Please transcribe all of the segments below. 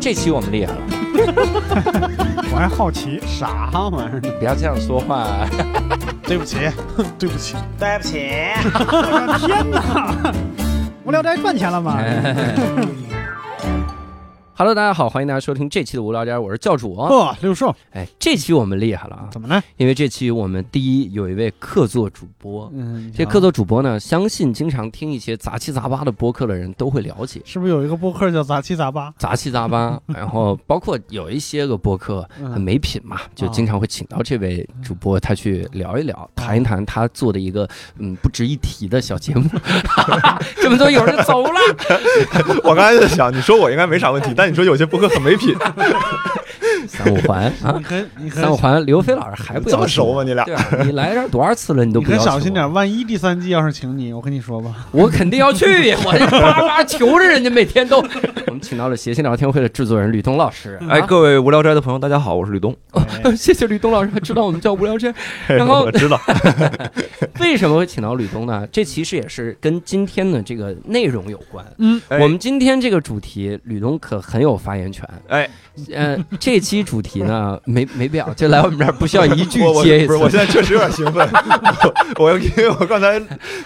这期我们厉害了， 我还好奇啥玩意儿呢？不要这样说话。 对不起， 对不起，对不起，我的哎天哪！无聊斋赚钱了吗？哎 Hello，大家好，欢迎大家收听这期的无聊斋，我是教主啊。哦，六兽哎，这期我们厉害了啊，怎么了？因为这期我们第一有一位客座主播，嗯，这客座主播呢，相信经常听一些杂七杂八的播客的人都会了解。是不是有一个播客叫杂七杂八？杂七杂 八，然后包括有一些个播客很没品嘛，就经常会请到这位主播，他去聊一聊，谈一谈他做的一个嗯不值一提的小节目。 这么多友就走了， 我刚才就想，你说我应该没啥问题，但你说有些播客很没 品， 三五环啊你，很你很三五环，刘飞老师还不这要么熟吗？你俩对啊，你来这儿多少次了？你都你不很邀请小心我点，万一第三季要是请你，我跟你说吧，我肯定要去，我这巴巴求着人家，每天 都。我们请到了谐星聊天会的制作人吕东老师，嗯哎，各位无聊斋的朋友，大家好，我是吕 东。啊谢谢吕东老师，还知道我们叫无聊斋。然后哎我 知道，为什么会请到吕东呢？这其实也是跟今天的这个内容有关。哎我们今天这个主题，吕东可很有发言权。哎，呃，这期主题呢，没没必要，就来我们这儿不需要一句我我接一不是，我次。现在确实有点兴奋。我我因为我刚才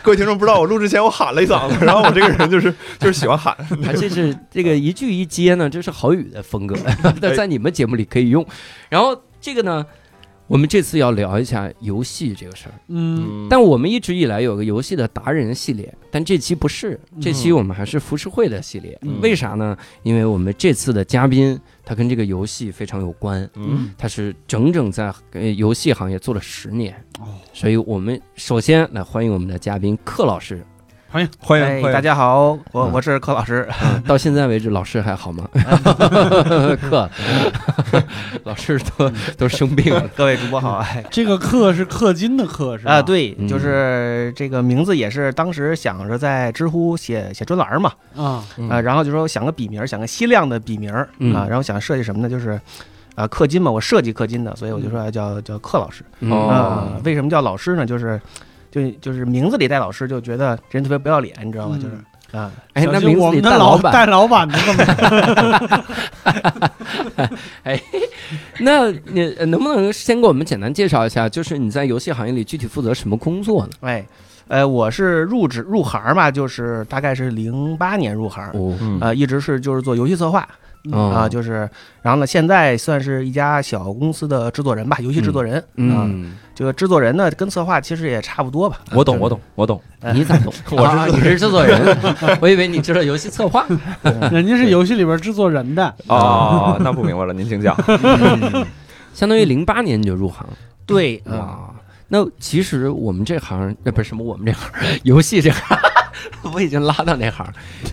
各位听众不知道，我录之前我喊了一嗓子，然后我这个人就是就是喜欢喊。 他这是这个一句一接呢，这是郝宇的 风格，但在你们节目里可以用。然后这个呢，我们这次要聊一下游戏这个事儿。嗯， 但我们一直以来有个游戏的达人系列，但这期不是，这期我们还是浮世绘的系列。嗯为啥呢？因为我们这次的嘉宾他跟这个游戏非常有关，嗯，他是整整在呃游戏行业做了十年，哦所以我们首先来欢迎我们的嘉宾柯老师。欢哎，啊大家好，我嗯我是柯老师。 到现在为止，老师还好吗？柯老师都都生病了。各位主播好，哎这个氪是氪金的氪是吧？啊，，对嗯，就是这个名字也是当时想着在知乎写写专栏嘛，啊，嗯啊，然后就说想个笔名，想个希亮的笔名啊，嗯然后想设计什么呢？就是啊，氪金嘛，我设计氪金的，所以我就说嗯叫叫柯老师嗯啊。为什么叫老师呢？就是就就是名字里带老师，就觉得人特别不要脸，你知道吗？就是啊，哎，那小心名字我里们的大老老板带老板的 怎么？那你呃能不能先给我们简单介绍一下，就是你在游戏行业里具体负责什么工作呢？哎，呃，我是入职入行嘛，就是大概是零八年入行，哦，嗯呃，一直是就是做游戏策划。啊，就是，然后呢，现在算是一家小公司的制作人吧，游戏制作人。啊，嗯，这个制作人呢，跟策划其实也差不多吧。我懂，我懂，我懂。哎你咋懂？我是、你是制作人， 我以为你知道游戏策划。人家是游戏里边制作人的，哦，那不明白了，您请讲。嗯相当于零八年你就入行对，啊，哇，那其实我们这行，呃，不是什么我们这行， 游戏这行。我已经拉到那 行，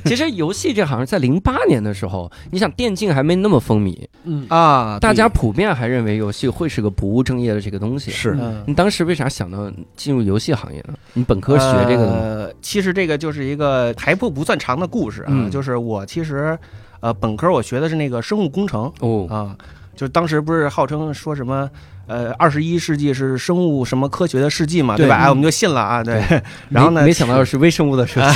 其实游戏这行在零八年的时候，你想电竞还没那么风靡，嗯，啊，大对家，普遍还认为游戏会是个不务正业的这个东 西。是嗯，你当时为啥想到进入游戏行业呢？你本科学这个的吗？呃，其实这个就是一个还不不算长的故事啊，嗯就是我其实，呃，本科我学的是那个生物工程哦，啊，就是当时不是号称说什么。呃，二十一世纪是生物什么科学的世纪嘛，对吧？对哎，我们就信了啊，对。 然后嗯呢啊没没想到是微生物的设计，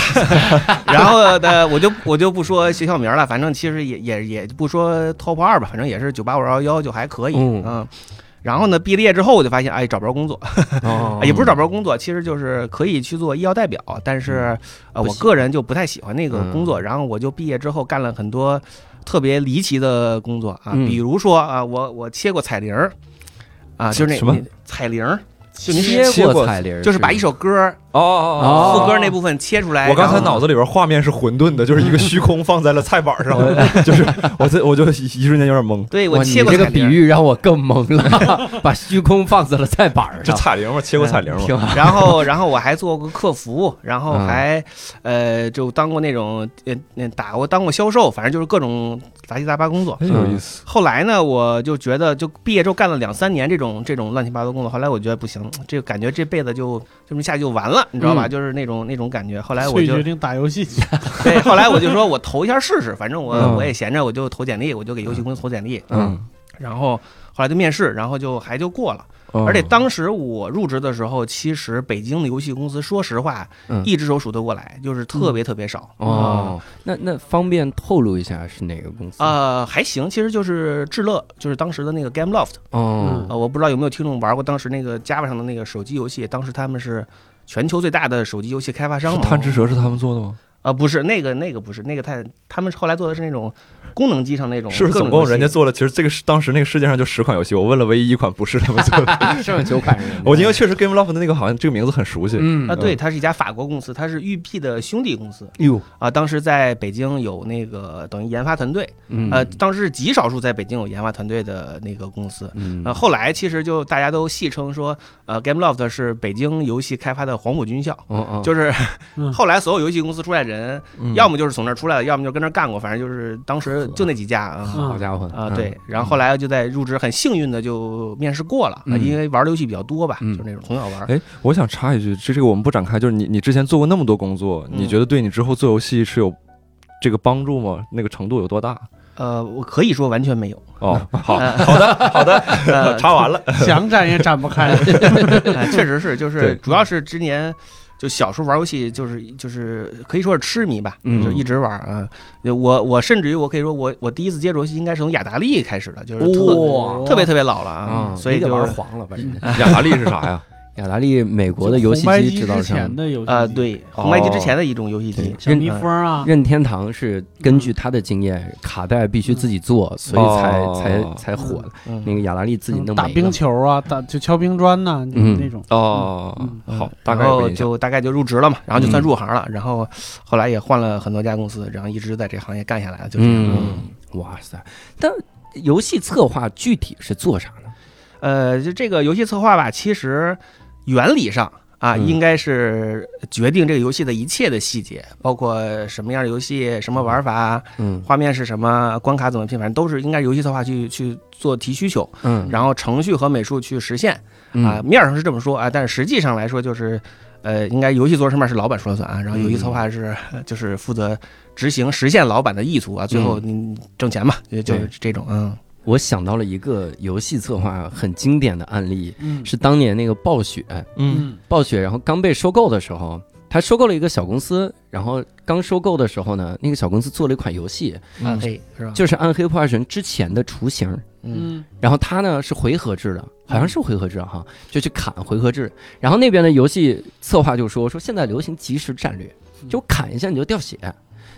然后呢，我就我就不说学校名了，反正其实也也也不说 top 二吧，反正也是九八五幺幺就还可以，嗯嗯。然后呢，毕了业之后我就发现，哎，找不着工作，哦啊也不是找不着工作，其实就是可以去做医药代表，但是呃，嗯不我行嗯个人就不太喜欢那个工作。然后我就毕业之后干了很多特别离奇的工作啊，嗯比如说啊，我我切过彩铃儿，啊，就是那什么那彩铃儿，就您切过彩铃儿，就是把一首歌儿哦哦副歌那部分切出来。我刚才然后脑子里边画面是混沌的，就是一个虚空放在了菜板 上，就是我这我就一瞬间有点懵。对哇我你切过这彩个比铃儿喻让我更懵了， 把虚空放在了菜板儿 这上，彩铃嘛，切过彩铃嘛，挺好。然后，然后我还做过客服，然后嗯还，呃，就当过那种呃那打过当过销售，反正就是各种杂七杂八工作。真哎有意思。后来呢，我就觉得就毕业之后干了两三年这种这种乱七八糟工作，后来我觉得不行，这个感觉这辈子就这么下去就完了，你知道吧？嗯就是那种那种感觉。后来所我以就决定打 游戏去。对，后来我就说我投一下试试，反正我、嗯我也闲着，我就投简历，我就给游戏公司投简历。嗯，然后后来就面试，然后就还就过了。嗯而且当时我入职的时候，其实北京的游戏公司，说实话，嗯一只手数得过来，就是特别特别少。哦，那那方便透露一下是哪个公司？呃，还行，其实就是智乐，就是当时的那个 Game Loft。哦，呃，我不知道有没有听众玩过当时那个 Java 上的那个手机游戏，当时他们是全球最大的手机游戏开发商是 嘛。贪吃蛇是他们做的吗？啊、不是那个那个不是那个太，他们后来做的是那种功能机上那种是各不 是种游戏，总共人家做了？其实这个是当时那个世界上就十款游戏，我问了唯一一款不是他们做 的。啊剩下九款人，我因为确实 Game Loft 的那个好像这个名字很熟悉。嗯啊，对，它是一家法国公司，它是育碧的兄弟公司哟，啊。当时在北京有那个等于研发团队，嗯呃，当时是极少数在北京有研发团队的那个公司。嗯呃，后来其实就大家都戏称说，呃，GameLoft 是北京游戏开发的黄埔军校，哦哦，就是嗯后来所有游戏公司出来人，嗯要么就是从那儿出来的，要么就跟那儿干过，反正就是当时就那几家啊。好家伙嗯啊、对，然后后来就在入职，很幸运的就面试过了，啊嗯因为玩的游戏比较多吧，嗯就是那种从小玩。哎，我想插一句，这这个我们不展开，就是你你之前做过那么多工作，嗯你觉得对你之后做游戏是有这个帮助吗？那个程度有多大？呃，我可以说完全没有。 哦，好，呃好的，好的，呃，查啊 完了。想展也展 不开。哎确实是，就对是主要是之前就小时候玩游戏，就是就是可以说是痴迷吧，嗯就一直玩啊。就我我甚至于我可以说我我第一次接触游戏应该是从雅达利开始的，就是特、哇特别特别老了啊，啊，所以你就得玩是嗯黄了吧？人家雅达利是啥呀？雅达利美国的游戏红白机制造之商前，的游戏啊、对红白机之前的一种游戏机对，小蜜蜂嗯啊，任天堂是根据他的经验，卡带必须自己做，所以才、哦才才火的。嗯那个雅达利自己弄打每一个冰球啊，打就敲冰砖呐，嗯那种。 哦嗯，好，大然概有个后印象。就大概就入职了嘛，然后就算嗯入行了，然后后来也换了很多家公司，然后一直在这行业干下来了，就这样。嗯，哇塞！但游戏策划具体是做啥呢？呃，就这个游戏策划吧，其实原理上啊，嗯应该是决定这个游戏的一切的细节，包括什么样的游戏、什么玩法、嗯画面是什么、关卡怎么拼，反正都是应该游戏策划去去做提需求，嗯然后程序和美术去实现啊。面儿上是这么说啊，但是实际上来说就是。呃，应该游戏做什么是老板说了算啊，然后嗯游戏策划是、就是负责执行实现老板的意图啊，最后嗯你挣钱嘛，就就是这种嗯我想到了一个游戏策划很经典的案例，嗯是当年那个暴雪，嗯，暴雪然后刚被收购的时候，他收购了一个小公司，然后刚收购的时候呢，那个小公司做了一款游戏，暗黑、嗯是吧？嗯哎就是《暗黑破坏神》之前的雏形。嗯然后它呢是回合制的，好像是回合制哈，就去砍回合制。然后那边的游戏策划就说说现在流行即时战略，就砍一下你就掉血。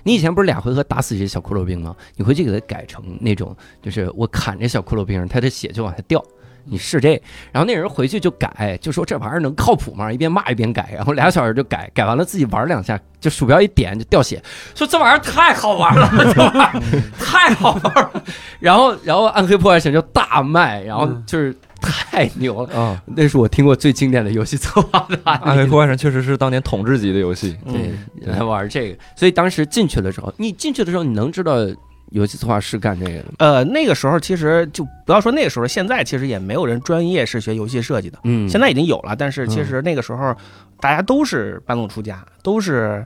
你以前不是俩回合打死这些小骷髅兵吗？你回去给它改成那种，就是我砍这小骷髅兵，他的血就往下掉。你试这，然后那人回去就改，就说这玩意儿能靠谱吗？一边骂一边改，然后俩小时就改，改完了自己玩两下，就鼠标一点就掉血，说这玩意儿太好玩了，这玩意儿太好玩了。然后，然后《暗黑破坏神》就大卖，然后嗯就是太牛了。啊，那是我听过最经典的游戏策划的《暗案黑例。破坏神》确实是当年统治级的游戏。对嗯，来玩这个，所以当时进去的时候，你进去的时候，你能知道游戏策划是干这个的吗？呃，那个时候其实就不要说那个时候，现在其实也没有人专业是学游戏设计的，嗯，现在已经有了。但是其嗯实那个时候大家都是半路出家，都是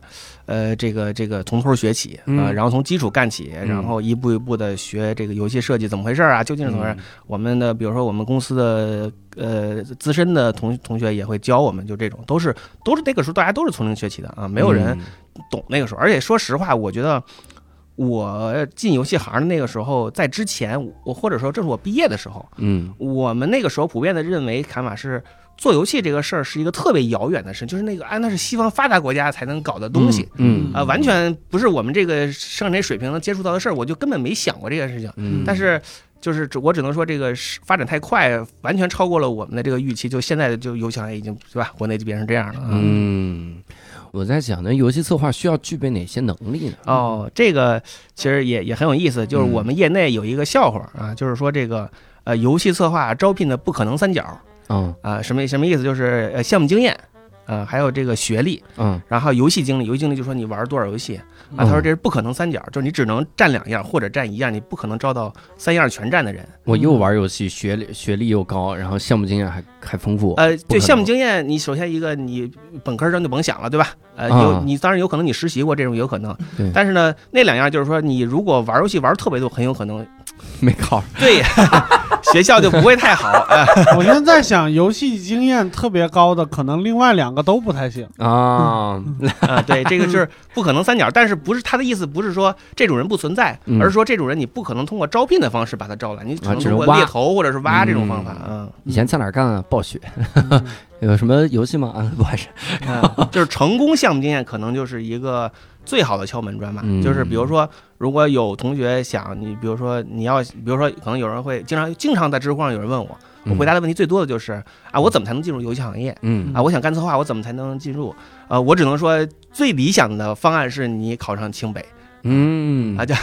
呃这个这个从头学起啊、嗯然后从基础干起，然嗯后一步一步的学这个游戏设计怎么回事儿啊，究竟是怎么回事儿。嗯我们的比如说我们公司的呃资深的同同学也会教我们，就这种都是都是那个时候大家都是从零学起的啊，没有人。嗯懂那个时候。而且说实话，我觉得我进游戏行的那个时候，在之前，我或者说这是我毕业的时候，嗯，我们那个时候普遍的认为卡玛是。做游戏这个事儿是一个特别遥远的事，就是那个啊，那是西方发达国家才能搞的东西，嗯，嗯啊，完全不是我们这个上这水平能接触到的事儿，我就根本没想过这件事情。嗯，但是就是只我只能说这个是发展太快，完全超过了我们的这个预期。就现在就游戏行业已经对吧，国内就变成这样了。啊。嗯，我在想，那游戏策划需要具备哪些能力呢？哦，这个其实也也很有意思，就是嗯我们业内有一个笑话啊，就是说这个呃游戏策划招聘的不可能三角嗯啊，什么什么意思？就是呃项目经验。啊，还有这个学历，嗯，然后游戏经历，游戏经历就说你玩多少游戏啊？他说这是不可能三角，就是你只能占两样或者占一样，你不可能招到三样全占的人。我又玩游戏，学历学历又高，然后项目经验还还丰 富。呃，不可对能项目经验，你首先一个你本科生就甭想了，对吧？呃，有啊你当然有可能你实习过这种有可能对，但是呢，那两样就是说你如果玩游戏玩特别多，很有可能没考上，对， 学校就不会太好。哎我现在想，游戏经验特别高的，可能另外两个都不 太行。啊，啊，对，这个就是不可能三角，但是不是他的意思，不是说这种人不存在，嗯而是说这种人你不可能通过招聘的方式把他招来，你只啊能只通能过挖猎头或者是挖这种方法。嗯，以前在哪儿干啊？暴雪有什么游戏吗？啊，不还是嗯就是成功项目经验可能就是一个最好的敲门砖吧。嗯就是比如说，如果有同学想你，比如说你要，比如说可能有人会经常经常在知乎上有人问我，我回答，的问题最多的就是啊，我怎么才能进入游戏行业？嗯啊，我想干策划，我怎么才能进入？啊，我只能说最理想的方案是你考上清北。嗯啊就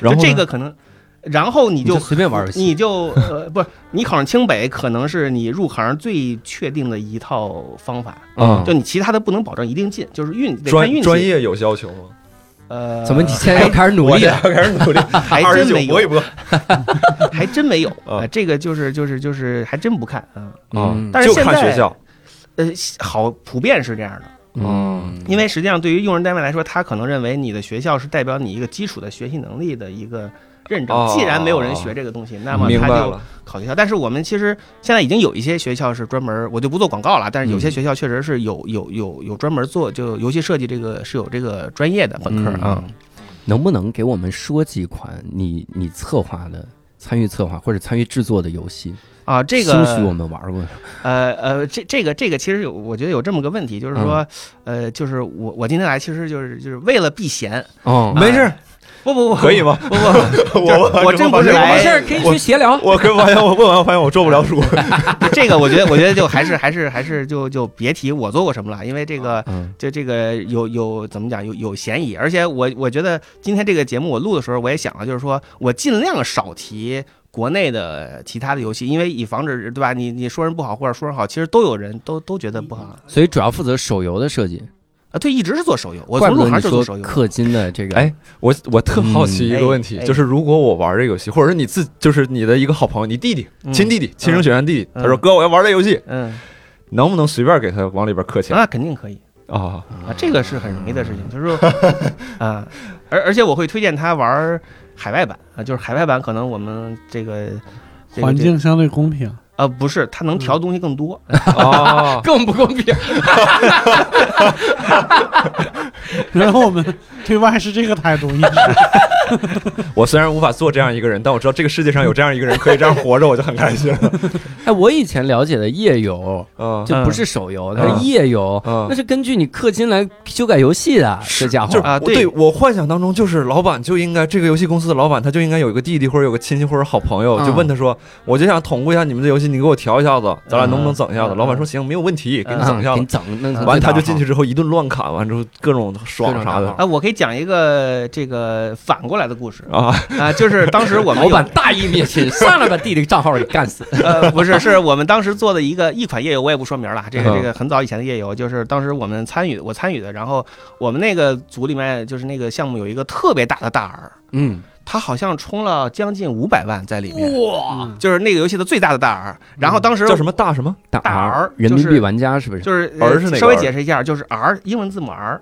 然就后这呢个可能，然后你你就就随便玩游戏，你就呃不是你考上清北，可能是你入行最确定的一套方法。嗯就，你其他的不能保证一定进，就是运得看专运专气。业有要求 吗？ 呃，嗯怎么你现在要开始努我力现了？啊在要开始努力，还二十真九没有搏一，搏。还真没有。啊呃这个就是就是就是还真不看啊。嗯但是就现看在学校，呃，好普遍是这样的，嗯，因为实际上对于用人单位来说，他可能认为你的学校是代表你一个基础的学习能力的一个认证。哦既然没有人学这个东西，那么明白他就了。考学校，但是我们其实现在已经有一些学校是专门，我就不做广告了。但是有些嗯学校确实是有有有有专门做就游戏设计这个是有这个专业的本科啊。嗯能不能给我们说几款你你策划的、参与策划或者参与制作的游戏？啊，这兴许我个们玩过，呃呃，这这个这个其实有，我觉得有这么个问题，就是说，呃，就是我我今天来其实就是就是为了避嫌，哦没事 儿，不不不，可以吗？不不 不，我我真不是哎来来，没事儿可以去闲聊。我可发现我问完发现我做不了 主， 这个我觉得我觉得就还是还是还是就就别提我做过什么了，因为这个嗯就这个有有怎么讲有有嫌疑，而且我我觉得今天这个节目我录的时候我也想了，就是说我尽量少提国内的其他的游戏，因为以防止对吧？你你说人不好或者说人好，其实都有人都都觉得不好所以主要负责手游的设计，啊。对，一直是做手游，我怪从不入得行你就做说手游。氪金的这个，，哎我我特好奇一个问嗯题哎，哎就是如果我玩这个游戏，或者是你自就是你的一个好朋友，你弟弟、嗯亲弟弟、亲生血缘弟弟，嗯他说哥我要玩这游戏，嗯，能不能随便给他往里边氪钱那肯定可以 啊？啊，这个是很容易的事情，就是说啊，而而且我会推荐他玩海外版啊，就是海外版可能我们这个。这个环这境相对公平，啊，不是，他能调的东西更多，啊更不公平。然后我们 对外是这个态度，一直我虽然无法做这样一个人，但我知道这个世界上有这样一个人可以这样活着，我就很开心 了。 哎，我以前了解的页游嗯就不是手游，它嗯是页游，嗯那是根据你氪金来修改游戏的。这家就是伙，啊我对我幻想当中就是老板就应该这个游戏公司的老板他就应该有一个弟弟或者有个亲戚或者好朋友，嗯就问他说，啊我就想统顾一下你们的游戏，你给我调一下子，咱俩能不能整一下子？嗯老板说行，没有问题，给你嗯整一下给你子。整，弄成完最他大就号进去，之后一顿乱砍，完之后各种各爽种啥的打啊，我可以讲一个这个反过来的故事啊，啊，就是当时我们老有板大义灭亲，上来把弟弟账号给干死。呃不是，是我们当时做的一个一款页游，我也不说名了，这个嗯这个很早以前的页游，就是当时我们参与我参与的，然后我们那个组里面就是那个项目有一个特别大的大 R，嗯，他好像充了将近五百万在里哦面，哇，嗯就是那个游戏的最大的大 R，然嗯后当时叫什么大什么大大 R R，人就民是币玩家是不是？就是呃 R 是哪个稍微 R？解释一下，就是 R 英文字母 R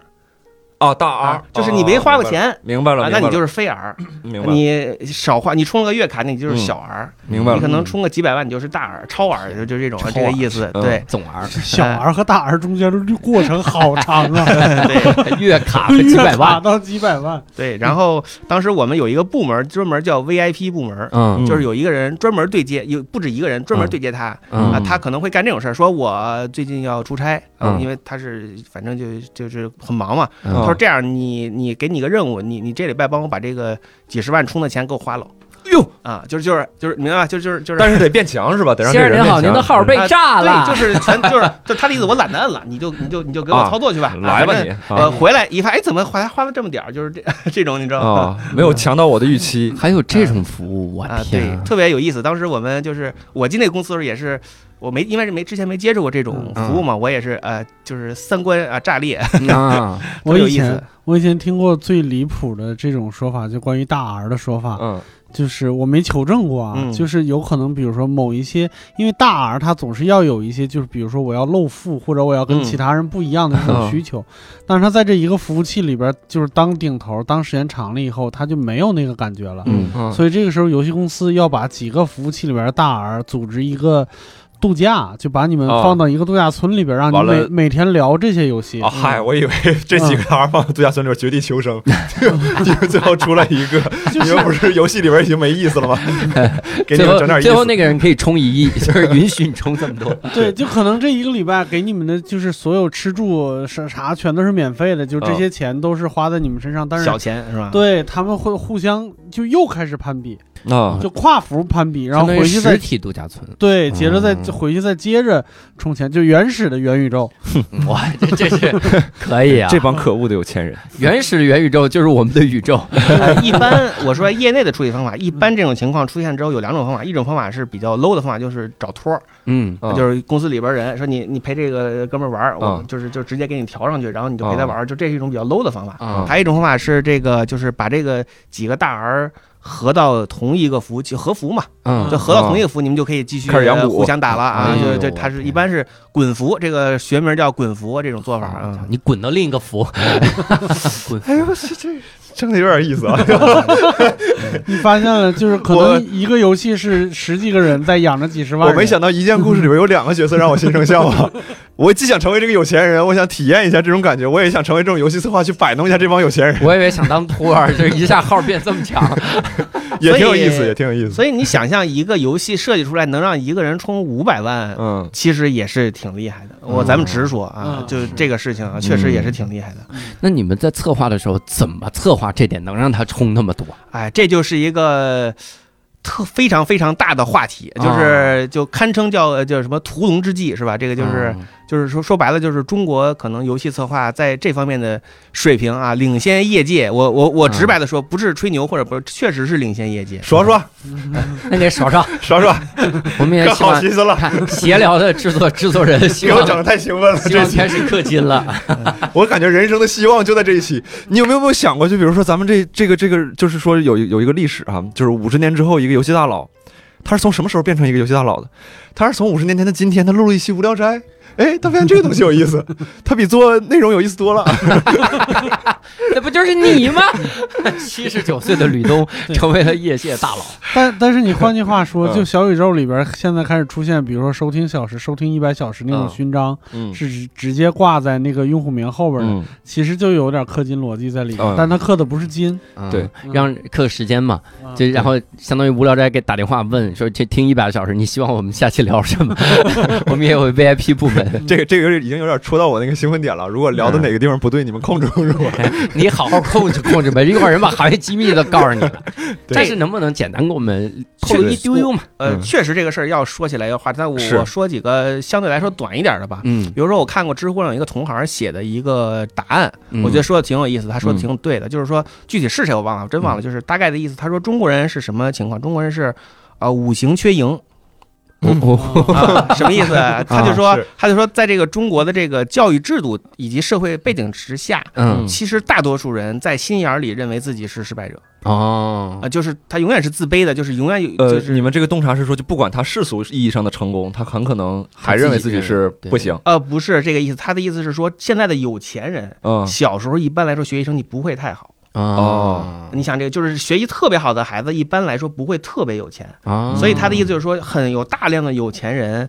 啊？大 R 啊，就是你没花过，钱。明白了，啊，明那白了你就是非 R，明白了，嗯你少花，你充了个月卡，那你就是小 R，、明白你可了，能充个几百万，你就是大耳、超耳，就就这种超耳这个意思。嗯对总 R 小 R 和大 R 中间的过程好长 啊，对月卡 和几百打万，到几百万，对。然后当时我们有一个部门专门叫 VIP 部门，嗯就是有一个人专门对接，有不止一个人专门对接他。嗯啊，他可能会干这种事儿，说我最近要出差，嗯因为他是反正就就是很忙嘛。嗯他说这样，你你给你个任务，你你这礼拜帮我把这个几十万充的钱给我花了哟，啊，就是就是就是明白吧？就是就是就 是，但是得变强是吧？得让这先个人生您变好，强您的号被炸了，哎对，就是全就是就他的意思，我懒得摁了，你就你就你就给我啊操作去吧，来吧反正 你呃，啊回来一看，哎，怎么花花了这么点儿？就是这 这种，你知道吗？啊，没有强到我的预期，还有这种服务，我啊，天对啊，！特别有意思。当时我们就是我进那个公司的时候，也是我没因为是没之前没接触过这种嗯服务嘛，我也是呃，就是三观啊炸裂，啊，特我别有以意前思。我以前听过最离谱的这种说法，就关于大 R 的说法，嗯就是我没求证过啊，嗯就是有可能，比如说某一些，因为大 R 他总是要有一些，就是比如说我要露富或者我要跟嗯其他人不一样的这种嗯需求，但是他在这一个服务器里边，就是当顶头当时间长了以后，他就没有那个感觉了。嗯嗯所以这个时候，游戏公司要把几个服务器里边的大 R 组织一个度假，就把你们哦放到一个度假村里边，让你完每了每天聊这些游戏。啊，嗯嗨，我 以为这几个 R 放度假村里边绝地求生， 结果最后出来一个，你们不是游戏里边已经没意思了 吗？给你最们后整点意思。最后那个人可以充 一亿，就是允许你充这么 多。 对，就可能这一个礼拜给你们的就是所有吃住啥啥全都是免费的，就这些钱都是花在你们身上，但是小钱是吧？对他们会互相就又开始攀比，哦啊就跨服攀比，然后相当于回去实再。体度假村，对，接着再嗯回去再接着充钱，就原始的元宇宙，哇，这这 是可以啊！这帮可恶的有钱人，原始的元宇宙就是我们的宇宙，呃一 般我说业内的处理方法，嗯一般这种情况出现之后有两种方法，一种方法是比较 low 的方法，就是找托儿，嗯嗯啊就是公司里边人说你你陪这个哥们儿玩儿，我啊就是就直接给你调上去，然后你就陪他玩儿，就这是一种比较 low 的方法。啊还有一种方法是这个，就是把这个几个大 R 合到同一个服务器合服嘛，嗯就合到哦同一个服，你们就可以继续啊开始养蛊呃互相打了啊！哎呦就就它是一般是滚服，这个学名叫滚服这种做法嗯啊。你滚到另一个服，滚哎呦，这这真的有点意思 啊！你发现了，就是可我能一个游戏是十几个人在养着几十万我人。没想到一件故事里边有两个角色让我心生向往，我既想成为这个有钱人，我想体验一下这种感觉，我也想成为这种游戏策划去摆弄一下这帮有钱人， 我以为想当托儿，就是一下号变这么强，也挺有意所思，以也挺有意思。所以你想象一个游戏设计出来能让一个人充五百万，嗯，其实也是挺厉害的。我嗯咱们直说啊嗯，就这个事情啊，确实嗯也是挺厉害的。 那你们在策划的时候怎么策划这点能让他冲那么多？哎，这就是一个特非常非常大的话题，啊就是就堪称叫呃叫什么屠龙之计是吧？这个嗯就是嗯就是说说白了，就是中国可能游戏策划在这方面的水平啊，领先业界。我我我直白的说，不是吹牛或者不是，确实是领先业界。爽爽那得爽 爽，爽爽，我们也看希好望心思了，看闲聊的制作制作人希给我望整的太兴奋了，希这望期开始氪金了。 我感觉人生的希望就在这一期。你有没有没有想过，就比如说咱们这这个这个，就是说有有一个历史啊，就是五十年之后一个游戏大佬，他是从什么时候变成一个游戏大佬的？他是从五十年前的今天，他录了一期《无聊斋》，哎，他发现这个东西有意思， 他比做内容有意思多了。那不就是你吗？ 七十九岁的吕东成为了业界大佬，但但是你换句话说，嗯就小宇宙里边现在开始出现，比如说收听小时、收听一百小时那种嗯勋章， 嗯是直直接挂在那个用户名后边的，其实就有点氪金逻辑在里面嗯，但他氪的不是金，对嗯让课时间嘛，嗯就然后相当于无聊斋给打电话问说，这听一百个小时，你希望我们下期聊 什么？我们也有 VIP 部门，这个这个已经有点戳到我那个兴奋点了。如果聊的哪个地方不对，你们控制控制我。你好好控制控制呗，一会儿人把行业机密都告诉你了。对但是能不能简单给我们确透露一丢丢嘛？呃，嗯确实这个事儿要说起来要话，但我是我说几个相对来说短一点的吧。嗯，比如说，我看过知乎上有一个同行写的一个答案，嗯嗯我觉得说的挺有意思，他说的挺对的，就是说具体是谁我忘了，我真忘嗯了，就是大概的意思。他说中国人是什么情况？中国人是啊、呃五行缺营，我我嗯 啊，什么意思？他就说是，他就说，在这个中国的这个教育制度以及社会背景之下，嗯其实大多数人在心眼儿里认为自己是失败者哦啊，就是他永远是自卑的，就是永远有， 呃就，你是们这个洞察是说，就不管他世俗意义上的成功，他很可能还认为自己是不行。呃，不是这个意思。他的意思是说，现在的有钱人嗯小时候一般来说学习成绩不会太好。哦你想，这个就是学习特别好的孩子，一般来说不会特别有钱，哦所以他的意思就是说，很有大量的有钱人。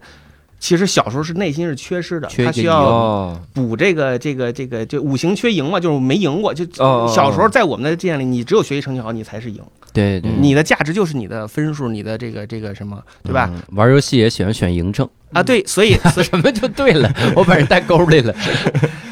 其实小时候是内心是缺失的，缺一他个需遗要忘哦，补这个这个这个就五行缺赢嘛，就是没赢过。就哦哦小时候在我们的见里，你只有学习成绩好，你才是赢，对对，你的价值就是你的分数，你的这个这个什么，对吧？嗯？玩游戏也喜欢选嬴政，啊，对，所以 所以什么就对了， 我把人带沟里了。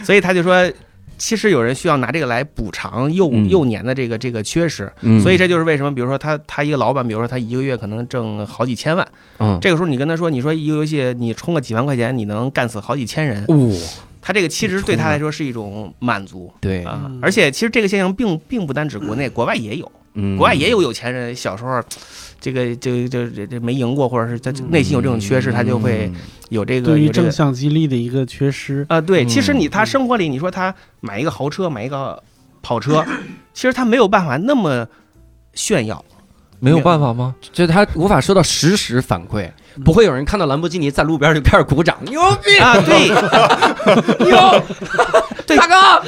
所以他就说，其实有人需要拿这个来补偿幼嗯幼年的这个这个缺失，嗯所以这就是为什么，比如说他他一个老板，比如说他一个月可能挣好几千万，嗯，这个时候你跟他说，你说哎一个游戏你充个几万块钱，你能干死好几千人，哦，他这个其嗯实对他来说是一种满足对，啊嗯，而且其实这个现象并并不单指国内，国外也有。嗯，国外也有有钱人，小时候这个就就这这没赢过，或者是他嗯内心有这种缺失，他就会有这个对于有这正个。向激励的一个缺失。啊，对，嗯其实你他生活里，你说他买一个豪车，买一个跑车，其实他没有办法那么炫耀，没有办法吗？就是他无法收到实时反馈，不会有人看到兰博基尼在路边就开始鼓掌，牛逼 啊，对，牛，对大哥，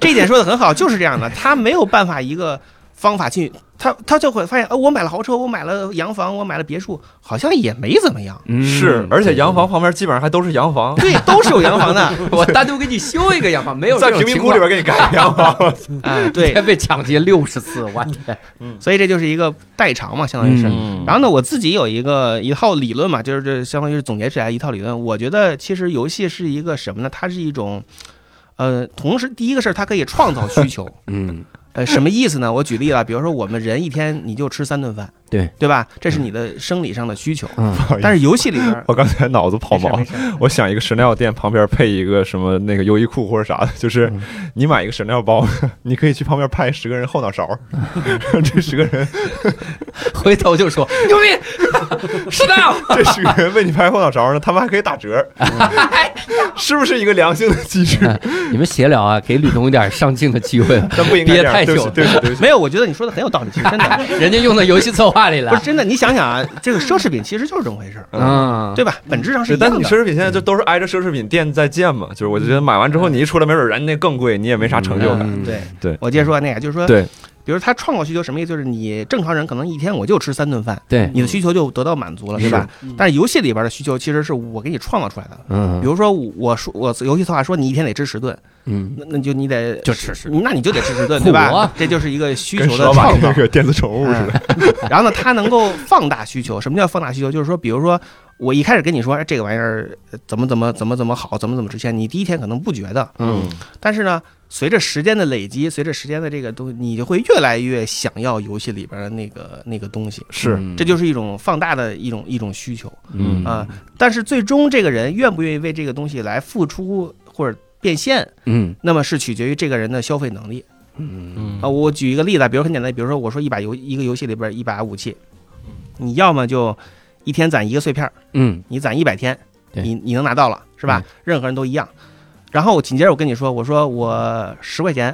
这一点说的很好，就是这样的，他没有办法一个方法去，他他就会发现，呃，我买了豪车，我买了洋房，我买了别墅，好像也没怎么样。嗯嗯嗯是，而且洋房旁边基本上还都是洋房，对，都是有洋 房的 我单独给你修一个洋 房，没有在这种贫民情窟里况。边给你盖一样吗？啊，对，被抢劫六十次，我天！所以这就是一个代偿嘛，相当于是。嗯然后呢，我自己有一个一套理论嘛，就是这相当于是总结出来一套理论。我觉得其实游戏是一个什么呢？它是一种，呃，同时第一个事儿，它可以创造需求。嗯，呃，什么意思呢？我举例了，比如说我们人一天你就吃三顿饭，对对吧？这是你的生理上的需求。嗯不好意思但是游戏里边 儿 ，我刚才脑子 跑毛没事没事我想一个 Chanel 店旁边配一个什么那个优衣库或者啥的，就是嗯你买一个 Chanel 包，你可以去旁边拍十个人后脑 勺，这十个人回头就说牛逼， 是的，这十个人为你拍后脑勺呢，他们还可以打 折，是不是一个良性的机制？你们闲聊啊，给吕东一点上镜的机会，啊 但不应该这憋太样，对不久起，对不起，对不起。没有，我觉得你说的很有道理，其实 真的人家用到游戏策划里不是来。真的。你想想啊，这个奢侈品其实就是这么回事儿，嗯，对吧？本质上是对，一样但的。你奢侈品现在就都是挨着奢侈品店在建嘛，就是我就觉得买完之后你一出来，没准人那更贵，你也没啥成就感。嗯对对我接着说那个，就是说，对，比如他创造需求什么意思？就是你正常人可能一天我就吃三顿饭，对，你的需求就得到满足了，嗯是对吧？但是游戏里边的需求其实是我给你创造出来的。嗯，比如说我，我说我游戏策划说你一天得吃十顿，嗯，那那就你得就吃十，那你就得吃十顿，嚯对吧？这就是一个需跟求石的老板创造那。个电子宠物似的，嗯然后呢，它能够放大需求。什么叫放大需求？就是说，比如说我一开始跟你说，哎，这个玩意儿呃怎么怎么怎么怎么好，怎么怎么值钱，你第一天可能不觉得，嗯，但是呢，随着时间的累积，随着时间的这个东西，你就会越来越想要游戏里边的那个那个东西。是嗯这就是一种放大的一种一种需求嗯啊、但是最终这个人愿不愿意为这个东西来付出或者变现，嗯那么是取决于这个人的消费能力嗯啊、我举一个例子，比如很简单，比如说我说一把游一个游戏里边一把武器，你要么就一天攒一个碎片儿，嗯你攒一百天，对嗯你你能拿到了是吧？任何人都一样。然后紧接着我跟你说，我说我十块钱，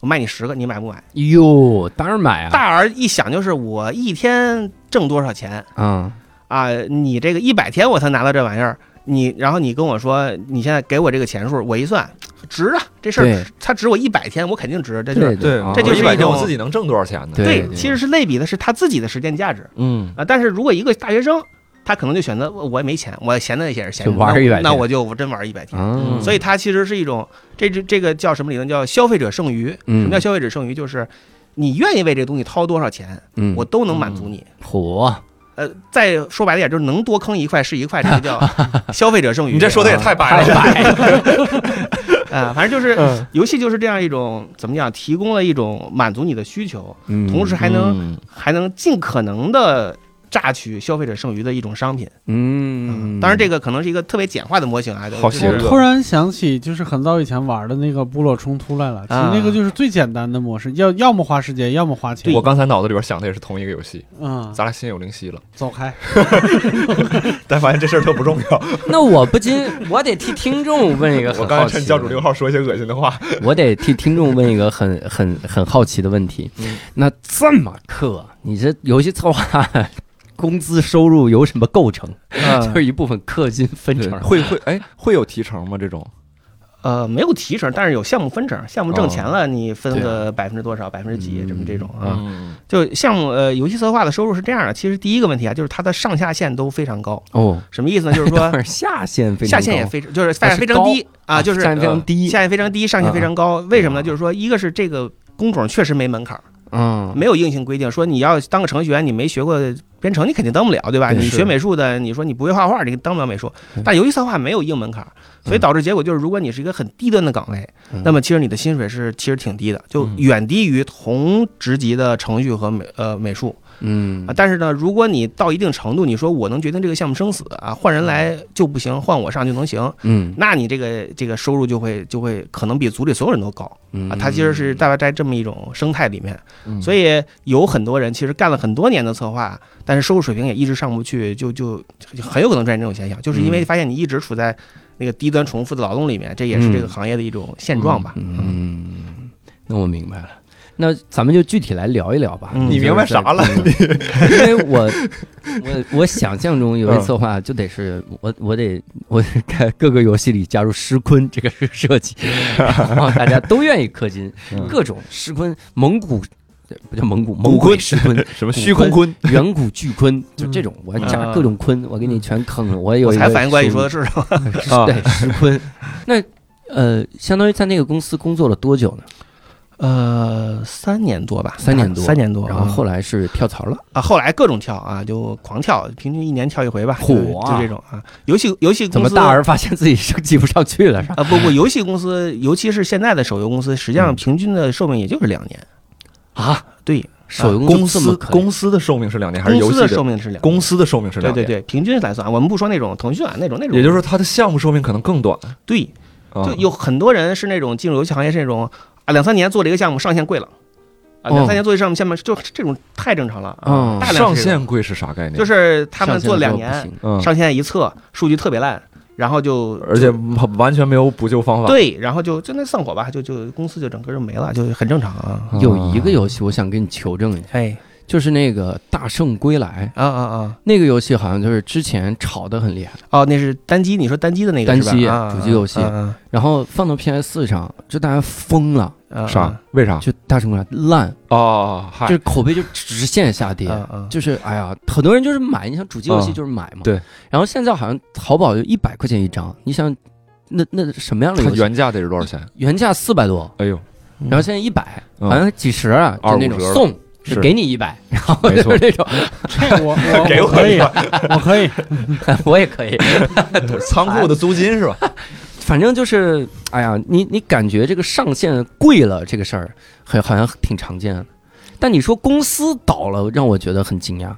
我卖你十个，你买不啊买？哟，当然买啊，大儿一想就是我一天挣多少钱嗯啊？你这个一百天我才拿到这玩意儿，你然后你跟我说你现在给我这个钱数，我一算值啊，这事对儿它值我一百天，我肯定值，这就是对哦对，这就是一一百天种我自己能挣多少钱呢？对其实是类比的是他自己的时间价值嗯，啊。但是如果一个大学生，他可能就选择我我也没钱，我闲的也是闲着，就玩那一百天那我就真玩一百天。啊，嗯所以它其实是一种这这这个叫什么理论？叫消费者剩余。什嗯么叫消费者剩余？就是你愿意为这个东西掏多少钱，嗯我都能满足你。火，呃，再说白了点，就是能多坑一块是一块，这就 叫消费者剩余。你这说的也啊太白了，啊，反正就是游戏就是这样一种怎么讲，提供了一种满足你的需求，嗯同时还能嗯还能尽可能的。榨取消费者剩余的一种商品，嗯，当然这个可能是一个特别简化的模型啊，好就邪是恶我突然想起，就是很早以前玩的那个部落冲突来了，其实那个就是最简单的模式，要要么花时间，要么花钱。我刚才脑子里边想的也是同一个游戏，嗯，咱俩心有灵犀了。走开。但发现这事儿特不重 要。那我不禁我得替听众问 一个，我刚才趁教主六号说一些恶心的话，我得替听众问一个很很很好奇的问题。嗯那这么氪，你这游戏策划工资收入由什么构成？嗯就是一部分氪金分成。会会哎，会有提成吗？这种呃，没有提成，但是有项目分成，项目挣钱了，你分哦对啊个百分之多少，百分之几，嗯这么这种啊。嗯，就项目呃，游戏策划的收入是这样的，其实第一个问题啊，就是它的上下限都非常高，哦，什么意思呢？就是说下限 非常下限也高非常，就是下限非常低啊，就是下限非常低。嗯下限非常低，上限非常高。为什么呢？就是说，一个是这个工种确实没门槛儿，嗯，没有硬性规定，说你要当个程序员，你没学过编程，你肯定当不了，对吧？对你是学美术的，你说你不会画画，你当不了美术嗯。但游戏策划没有硬门槛儿，所以导致结果就是，如果你是一个很低端的岗位，嗯那么其实你的薪水是其实挺低的，就远低于同职级的程序和美呃美术嗯啊。但是呢，如果你到一定程度，你说我能决定这个项目生死啊，换人来就不行，换我上就能行，嗯那你这个这个收入就会就会可能比组里所有人都高嗯啊。它其实是大白斋这么一种生态里面。嗯所以有很多人其实干了很多年的策划，但是收入水平也一直上不去，就就就很有可能出现这种现象，就是嗯因为发现你一直处在那个低端嗯重复的劳动里面，这也是这个行业的一种现状吧。嗯，那我明白了。那咱们就具体来聊一聊吧。嗯你明白啥了？就是在？ 嗯因为我 我我想象中有一策划就得是我我得我得在各个游戏里加入诗坤这个是设计，然后大家都愿意氪金，嗯各种诗坤蒙古。不叫蒙古，古蒙坤古石坤、什么虚空坤，远古巨坤，就这种，我加嗯各种坤，我给你全坑了。嗯我有我一才个反应过来你说的是是什 么。啊对石坤。 那呃，相当于在那个公司工作了多久呢？呃，三年多吧，三年多三年多。然后嗯后来是跳槽了，啊，后来各种跳啊，就狂跳，平均一年跳一回吧，火就啊就这种啊。游戏游戏怎公么司大而发现自己升级不上去了？是吧？啊不不，游戏公司，尤其是现在的手游公司，实际上嗯平均的寿命也就是两年。啊，对，手游公这么司可怜公司的寿命是两年还是公游司戏的寿命是两年公司的寿命是对两对年，对，平均来算，我们不说那种腾讯啊那种那种，也就是说它的项目寿命可能更短。对，啊就有很多人是那种进入游戏行业是那种啊两三年做这个项目上线贵了，啊两哦三年做这项目下面就这种太正常了嗯啊，大量上是这种线贵是啥概念？就是他上们线做之两后不年行，哦嗯，上线一测数据特别烂，然后就而且完全没有补救方法。对，然后就就那散伙吧，就就公司就整个就没了，就很正常 啊。嗯有一个游戏，我想给你求证一下，哎，就是那个《大圣归来》啊啊啊！那个游戏，好像就是之前炒得很厉害，哦，那是单机，你说单机的那个单是吧机啊啊主机游戏啊然后放到 PS 四上，就大家疯了，啊啊啥？为啥？就《大圣归来》烂，呃哦，嗨就是口碑就直线下跌啊。啊！就是哎呀，很多人就是买，你想主机游戏嗯就是买嘛。对。然后现在好像淘宝就一百块钱一张，你想那那什么样的它游戏？原价得是多少钱？原价四百多， 哎呦，嗯然后现在一百，嗯好像几十啊，就那种25折了送。是就给你一百，然后没就错是这种，这我给 我我我可以，我可以， 我也可以。哎仓库的租金 是吧？反正就是，哎呀，你你感觉这个上限贵了这个事儿，很好像挺常见的。但你说公司倒了，让我觉得很惊讶。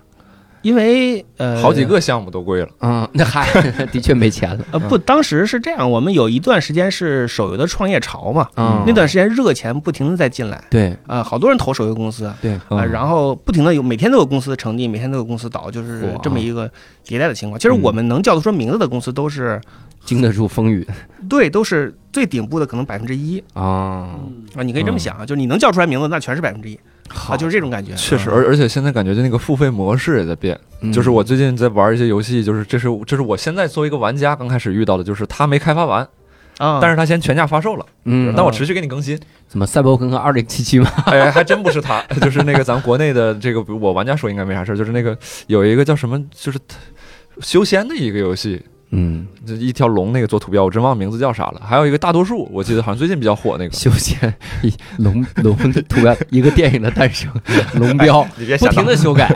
因为呃，好几个项目都贵了。嗯， 那还的确没钱了。呃嗯不，当时是这样，我们有一段时间是手游的创业潮嘛，嗯，那段时间热钱不停的在进来对啊，好多人投手游公司啊，对，嗯然后不停的有每天都有公司成立，每天都有公司倒，就是哇这么一个迭代的情况。其实嗯我们能叫得出名字的公司都是经得住风雨对，都是最顶部的可能百分之一啊。啊，你可以嗯这么想啊，就是你能叫出来名字，那全是百分之一好啊，就是这种感觉。确实，啊而而且现在感觉就那个付费模式也在变。嗯就是我最近在玩一些游戏，就是这是这是我现在作为一个玩家刚开始遇到的，就是他没开发完，啊，但是他先全价发售了，嗯，但我持续给你更 新。怎么赛博朋克二零七七嘛？哎，还真不是他，就是那个咱们国内的这个，我玩家说应该没啥事儿，就是那个有一个叫什么，就是修仙的一个游戏，嗯，就一条龙那个做图标，我真忘名字叫啥了。还有一个大多数，我记得好像最近比较火那个。修仙一龙龙 的图标，一个电影的诞生，龙标你别不想停的修改。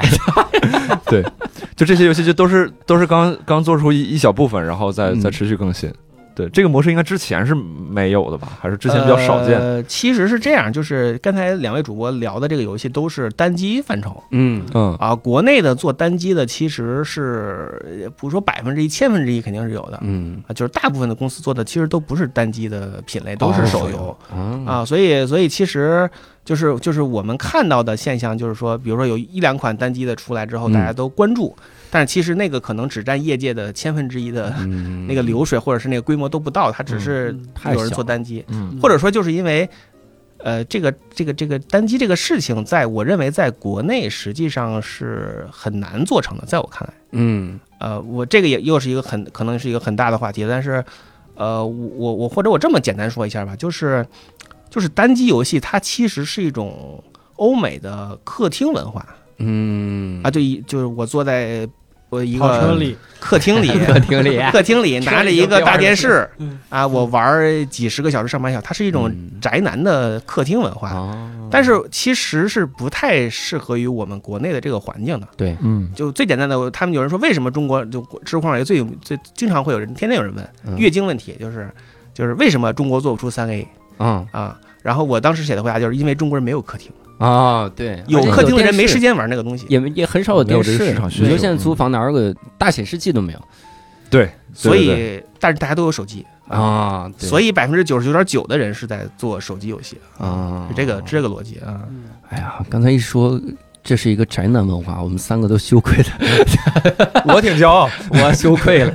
就这些游戏就都是都是刚刚做出一一小部分，然后再嗯再持续更新。对，这个模式应该之前是没有的吧？还是之前比较少见？呃，其实是这样，就是刚才两位主播聊的这个游戏都是单机范畴嗯嗯啊，国内的做单机的其实是也不是说百分之一、千分之一肯定是有的。嗯啊，就是大部分的公司做的其实都不是单机的品类，都哦是手游、啊啊，所以所以其实就是就是我们看到的现象，就是说，比如说有一两款单机的出来之后，嗯大家都关注，但是其实那个可能只占业界的千分之一的嗯那个流水，或者是那个规模都不到，它只是嗯太有人小做单机，嗯或者说就是因为。呃，这个这个这个单机这个事情，在我认为，在国内实际上是很难做成的，在我看来。嗯呃，我这个也又是一个很可能是一个很大的话题，但是，呃，我我我或者我这么简单说一下吧，就是就是单机游戏它其实是一种欧美的客厅文化嗯。啊，就一就是我坐在我一跑车个里，客厅 里 客厅里客厅里拿着一个大电视嗯啊，我玩儿几十个小时、上半小时，它是一种嗯宅男的客厅文化，啊，但是其实是不太适合于我们国内的这个环境的。对嗯，就最简单的，他们有人说为什么中国就知乎上有最有最经常会有人天天有人嗯问月经问题，就是就是为什么中国做不出三 A 嗯啊？然后我当时写的回答就是因为中国人没有客厅，啊对，有而且客厅的人电没视时间玩那个东西。也没也很少有没有电这个视，市场需你说求现在租嗯房哪儿有个大显示器都没有对，所对对以，但是大家都有手机，啊？所以以百分之九十九点九的人是在做手机游戏，啊是，这个是这个逻辑啊。嗯哎呀，刚才一说。这是一个宅男文化，我们三个都羞愧的，我挺骄傲。我羞愧了。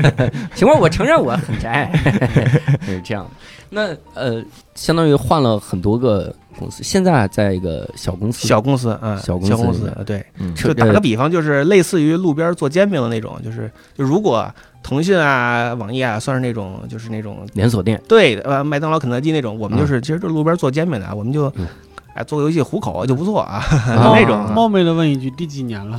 行吧，我承认我很宅， 是这样的。那呃，相当于换了很多个公司，现在在一个小公司，小公司，嗯，小小公司公里司面，对，嗯车就打呃个比方，就是类似于路边做煎饼的那种，就是就如果腾讯啊、网易啊算是那种，就是那种连锁店，对，呃，麦当劳、肯德基那种，我们就是、其实就是路边做煎饼的啊，我们就嗯哎做个游戏糊口就不错啊，啊那种嗯冒昧的问一句，第几年了？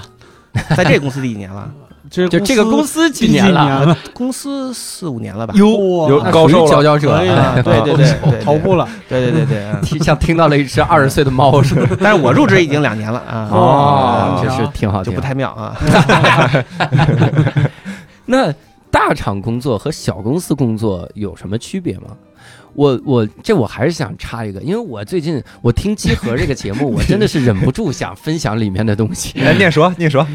在这公司第几年了？ 这就这个公司司几第几年年了？了？公司四五年了吧？哟有那高属于寿了佼佼者可以啊，了，哎对对对对对头部了，对对对对，嗯听像听到了一只二十岁的猫似的。但是我入职已经两年了啊，哦，嗯这是挺好，就挺不好。太妙啊。那大厂工作和小公司工作有什么区别吗？我我这我还是想插一个，因为我最近我听集合这个节目，我真的是忍不住想分享里面的东西。 哎，念说念说，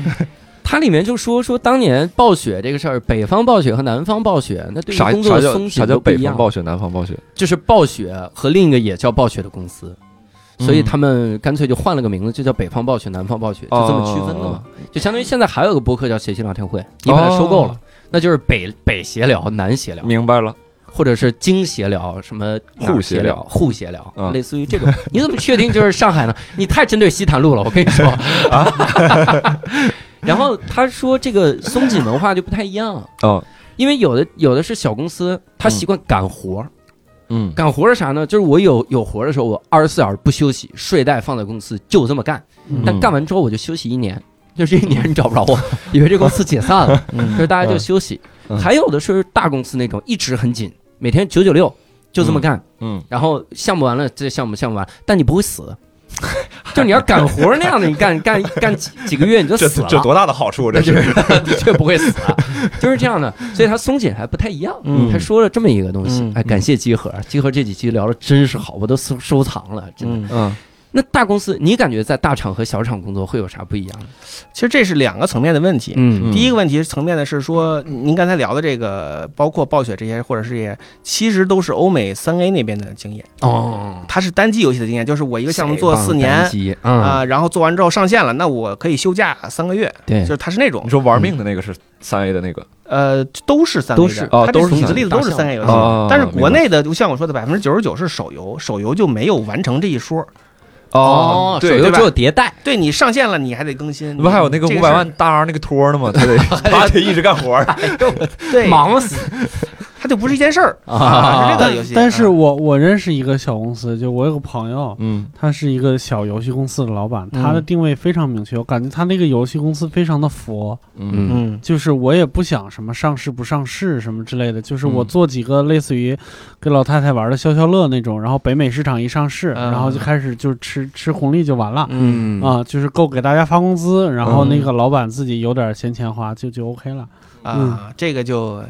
它里面就说说当年暴雪这个事儿，北方暴雪和南方暴雪，那对于啥工作啥的叫松啥紧叫都不北一方样，暴雪，南方暴雪？就是暴雪和另一个也叫暴雪的公司。所以他们干脆就换了个名字，就叫北方暴雪、南方暴雪，就这么区分的嘛。就相当于现在还有个播客叫谐星聊天会，你把它收购了，哦那就是北北协聊、南协聊，明白了，或者是京协聊、什么哪儿协聊、沪协聊，嗯类似于这种。你怎么确定就是上海呢？你太针对西坦路了，我跟你说。然后他说这个松紧文化就不太一样，哦，因为有的有的是小公司，他习惯赶活儿。嗯，赶活是啥呢？就是我有有活的时候，我二十四小时不休息，睡袋放在公司就这么干。嗯但干完之后我就休息一年， 就这一年你找不着我， 以为这公司解散了，就是大家就休息。嗯还有的是大公司那种一直很紧，每天九九六就这么干，嗯，然后项目完了这项目项目完，但你不会死。 就你要赶活那样的，你干干干几几个月你就这死了，这多大的好处，啊这但是是 的确不会死啊，就是这样的。所以他松紧还不太一样。嗯他说了这么一个东西嗯，哎，感谢集合，集合这几期聊的真是好，我都收收藏了，真的。嗯， 嗯那大公司，你感觉在大厂和小厂工作会有啥不一样？其实这是两个层面的问题。嗯嗯第一个问题层面呢是说，您刚才聊的这个，包括暴雪这些，或者是这些，其实都是欧美三 A 那边的经验。哦，它是单机游戏的经验，就是我一个项目做四年啊、啊，嗯然后做完之后上线了，那我可以休假三个月，哎对就是它是那种你说玩命的那个是三 A 的那个呃都是三 A 都的是哦它都这是举的三 A 例子都是大项三 A 游戏。哦但是国内的，就像我说的，百分之九十九是手游，手游就没有完成这一说。哦，手对游只对吧有迭代，对你上线了，你还得更新。嗯你不还有那个这五事百儿万大 R 那个托呢吗？他得 他得一直干活儿，对，忙死它就不是一件事儿啊 啊，是这个游但戏。但是啊我我认识一个小公司，就我有个朋友， 嗯他是一个小游戏公司的老板，他嗯的定位非常明确，我感觉他那个游戏公司非常的佛，嗯嗯就是我也不想什么上市不上市什么之类的，就是我嗯做几个类似于给老太太玩的消消乐那种，然后北美市场一上市，嗯然后就开始就吃吃红利就完了。嗯，啊，就是够给大家发工资，然后那个老板自己有点闲钱花，就就 OK 了。嗯啊，这个就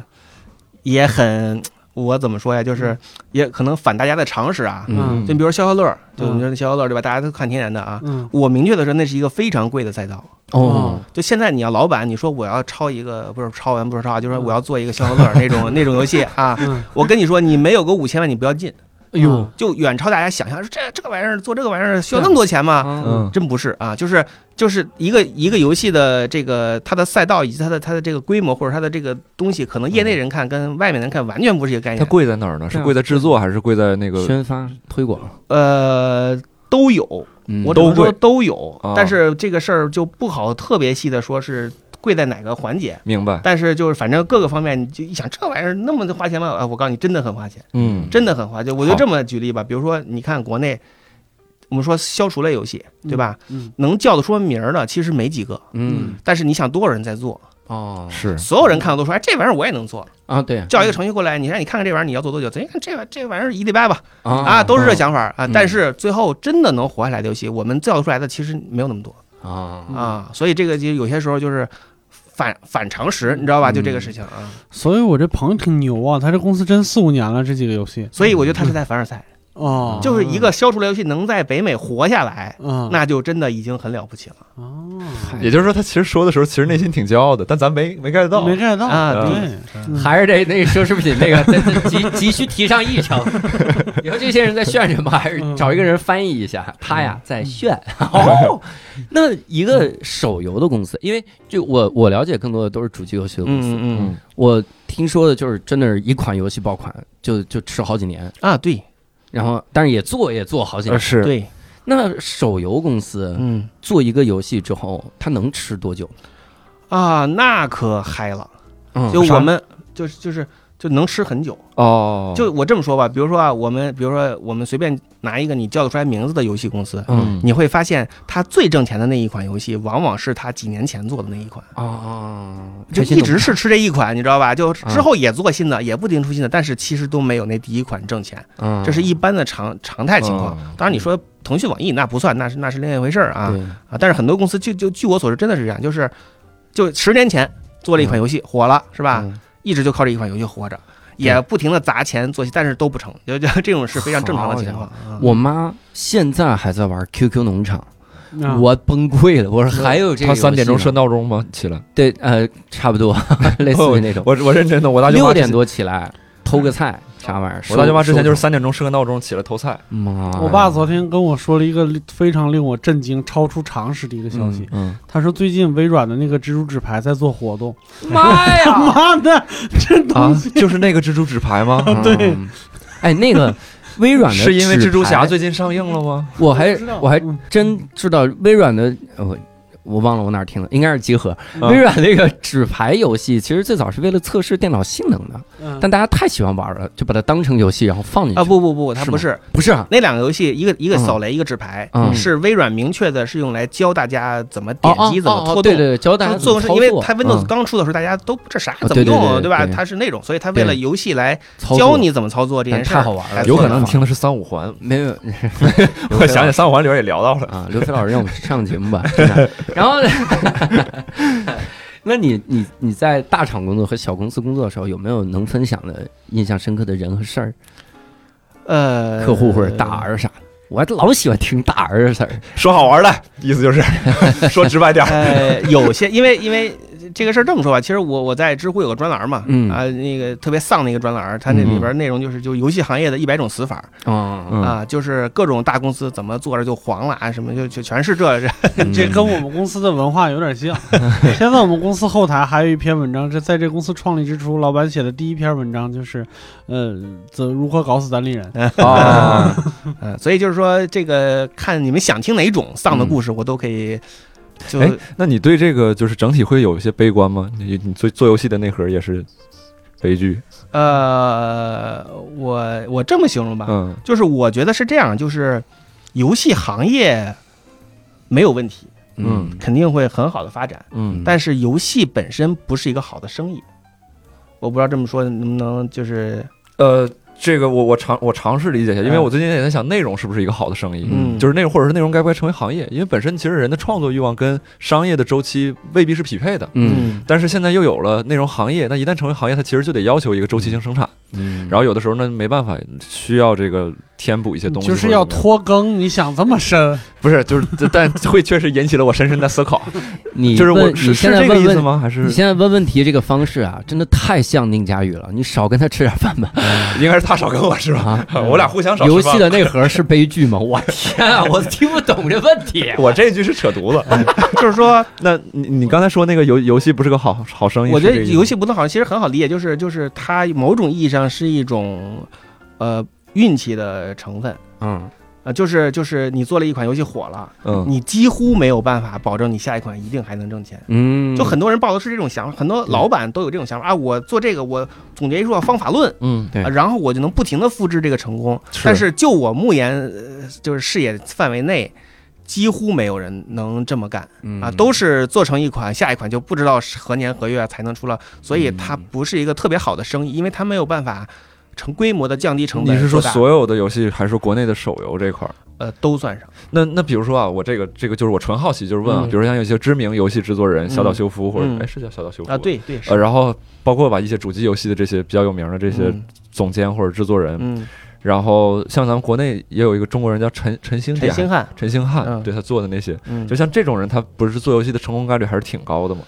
也很，我怎么说呀？就是嗯也可能反大家的常识啊。嗯就比如消消乐儿，就我嗯们说的消消乐儿对吧？大家都看天然的啊。嗯，我明确的说，那是一个非常贵的赛道。哦，就现在你要老板，你说我要抄一个，不是抄完不是抄啊，就是说我要做一个消消乐儿那种 那种游戏啊。嗯，我跟你说，你没有个五千万，你不要进，哎呦，就远超大家想象。这这个玩意儿做这个玩意儿需要那么多钱吗？嗯真不是啊，就是就是一个一个游戏的这个它的赛道以及它的它的这个规模或者它的这个东西，可能业内人看跟外面人看完全不是一个概它念。贵在哪儿呢？是贵在制作还是贵在那嗯个？宣发推广，呃，都有，嗯我只能说都有啊，但是这个事儿就不好特别细的说是贵在哪个环节。明白，但是就是反正各个方面，你就一想这玩意儿那么花钱吗？啊，我告诉你，真的很花钱，嗯真的很花钱。我就这么举例吧，比如说你看国内，我们说消除类游戏，对吧？嗯，能叫得出名儿的其实没几个，嗯但是你想多少人在做？哦是所有人看到都说，哎，这玩意儿我也能做。啊对叫一个程序过来，你让你看看这玩意儿你要做多久？咱一看这玩这玩意儿一礼拜吧，啊啊，都是这想法啊。嗯但是最后真的能活下来的游戏，我们造出来的其实没有那么多啊啊。所以这个就有些时候就是反反常识，你知道吧？就这个事情啊。所以我这朋友挺牛啊，他这公司真四五年了，这几个游戏所以我觉得他是在凡尔赛，哦，就是一个消除类游戏能在北美活下来，嗯，那就真的已经很了不起了哦，也就是说，他其实说的时候，其实内心挺骄傲的，但咱没没 get 到没 get 到，啊！嗯对，嗯还是得那个奢侈品 那个，再再急急需提上议程。以后这些人在炫什么，还嗯是找一个人翻译一下。他呀在 炫哦。那一个手游的公司，因为就我我了解更多的都是主机游戏的公司，嗯嗯我听说的就是真的是一款游戏爆款，就就吃好几年，啊，对然后但是也做也做好几呃年。是对，那手游公司嗯做一个游戏之后，它能吃多久？啊，那可嗨了，嗯就我们就是就是就能吃很久。哦，就我这么说吧，比如说啊，我们比如说我们随便拿一个你叫得出来名字的游戏公司，嗯你会发现它最挣钱的那一款游戏，往往是它几年前做的那一款，哦，啊就开心一的直是吃这一款，你知道吧？就嗯之后也做新的，也不停出新的，但是其实都没有那第一款挣钱，嗯这是一般的常常态情况嗯。当然，你说腾讯、网易那不算，那是那是另一回事儿啊对啊！但是很多公司就就据我所知，真的是这样，就是就十年前做了一款游戏火了，是吧？嗯一直就靠这一款游戏活着，也不停的砸钱做戏，但是都不成，就就这种是非常正常的情况。嗯啊我妈现在还在玩 QQ 农场，啊我崩溃了。我说还有这个他游戏呢，三点钟设闹钟吗？起来，对，呃，差不 多，类似于那种。我我认真的，我大舅妈六之前点，多起来偷个菜，啥玩意儿？我大舅妈之前就是收三点钟设个闹钟起来偷菜，拾妈呀，我爸昨天跟我说了一个非常令我震惊、超出常识的一个消息。嗯，他说最近微软的那个蜘蛛纸牌在做活动。嗯妈呀， 妈的，这啊东西！，就是那个蜘蛛纸牌吗？对嗯，哎，那 个微软的是因为蜘蛛侠纸牌，最近上映了吗？我还知道我还嗯真知道微软的我。我忘了我哪儿听的，应该是集合。嗯微软那个纸牌游戏，其实最早是为了测试电脑性能的，嗯但大家太喜欢玩了，就把它当成游戏，然后放进去。啊不不不，它是不吗是不是啊，那两个游戏，一个一个嗯扫雷，一个纸牌，嗯是微软明确的是用来教大家怎么哦点击、怎么拖哦哦动。对对对，教大家它怎么操做的是作，因为它 Windows 嗯刚出的时候，大家都不这啥啊怎么用啊，对对对对吧？对它是那种，所以它为了对游戏来操作教你怎么操作这件但事，太好玩了还有做可得能你好听的是三五环，没有，我想起三五环里边也聊到了，啊，刘飞老师让我们上节目吧，真的然后呢， 那你你你在大厂工作和小公司工作的时候，有没有能分享的印象深刻的人和事儿？呃客户或者大 R 啥的？我老喜欢听大 R 的事儿，说好玩的意思就是说直白点儿，呃，有些因为因为这个事儿这么说吧，其实我我在知乎有个专栏嘛，嗯啊，那个特别丧的一个专栏，它那里边内容就是就游戏行业的一百种死法嗯啊，就是各种大公司怎么做着就黄了啊，什么就就全是这 这嗯，这跟我们公司的文化有点 像。现在我们公司后台还有一篇文章，这在这公司创立之初，老板写的第一篇文章就是，呃，怎如何搞死单立人。哦啊，嗯，所以就是说这个看你们想听哪种嗯丧的故事，我都可以。就哎那你对这个就是整体会有一些悲观吗？你你做做游戏的内核也是悲剧，呃，我我这么形容吧，嗯就是我觉得是这样，就是游戏行业没有问题，嗯肯定会很好的发展。嗯，但是游戏本身不是一个好的生意，我不知道这么说能不能就是呃，这个我我尝我尝试理解一下，因为嗯我最近也在想内容是不是一个好的生意，嗯就是内容或者是内容该不该成为行业，因为本身其实人的创作欲望跟商业的周期未必是匹配的。嗯但是现在又有了内容行业，那一旦成为行业，它其实就得要求一个周期性生产。嗯，然后有的时候呢，没办法，需要这个填补一些东西，就是要或者怎么样，拖更，你想这么深？不是就是，但会确实引起了我深深的思考。你就是我问是你是现在这个问意思问。吗？还是你现在问问题这个方式啊，真的太像宁佳宇了。你少跟他吃点饭 吧。 应该是他少跟我是吧？啊，嗯我俩互相少吃游饭戏的内核是悲剧吗？ 我天啊，我听不懂这问 题。我这句是扯犊嗯 子。就是说，那你你刚才说那个游游戏不是个好好生意？我觉嗯是这得个意思游戏不能好，其实很好理解，就是就是它某种意义上是一种呃运气的成分。嗯啊，就是就是你做了一款游戏火了，嗯你几乎没有办法保证你下一款一定还能挣钱。嗯，就很多人抱的是这种想法，很多老板都有这种想法啊，我做这个我总结一个方法论，嗯对啊然后我就能不停的复制这个成功。但是就我目言呃就是视野范围内，几乎没有人能这么干嗯嗯啊，都是做成一款，下一款就不知道是何年何月才能出了，所嗯以它不是一个特别好的生意，因为它没有办法成规模的降低成本做你大。是说所有的游戏，还是说国内的手游这块儿？呃都算上？那那比如说啊，我这个这个就是我纯好奇，就是问啊，嗯比如像有些知名游戏制作人小岛修夫，或者嗯哎是叫小岛修夫啊，，对对是呃，然后包括把一些主机游戏的这些比较有名的这些嗯总监或者制作人，嗯然后像咱们国内也有一个中国人叫陈陈兴陈典，星汉，陈兴汉嗯对他做的那些，嗯，就像这种人，他不是做游戏的成功概率还是挺高的嘛？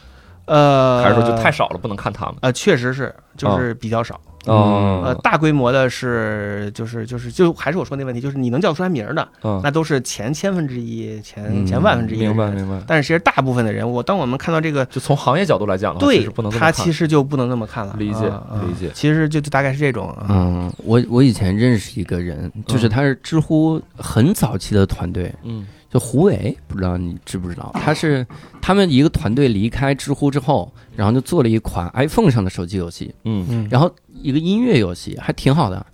呃，还是说就太少了，不能看他们？哦呃，确实是，就是比较少。嗯呃，大规模的是，就是就是就还是我说那问题，就是你能叫出来名儿的，嗯，呃那都是前千分之一、前嗯前万分之一的人。明白明白。但是其实大部分的人，我当我们看到这个，就从行业角度来讲的哦话，其对实不能这么他看其实就不能那么看了。理解啊啊理解其实就就大概是这种。啊嗯，我我以前认识一个人，就是嗯他是知乎很早期的团队，嗯就胡伟，不知道你知不知道？他是他们一个团队离开知乎之后，然后就做了一款 iPhone 上的手机游戏，嗯嗯，然后一个音乐游戏还挺好的，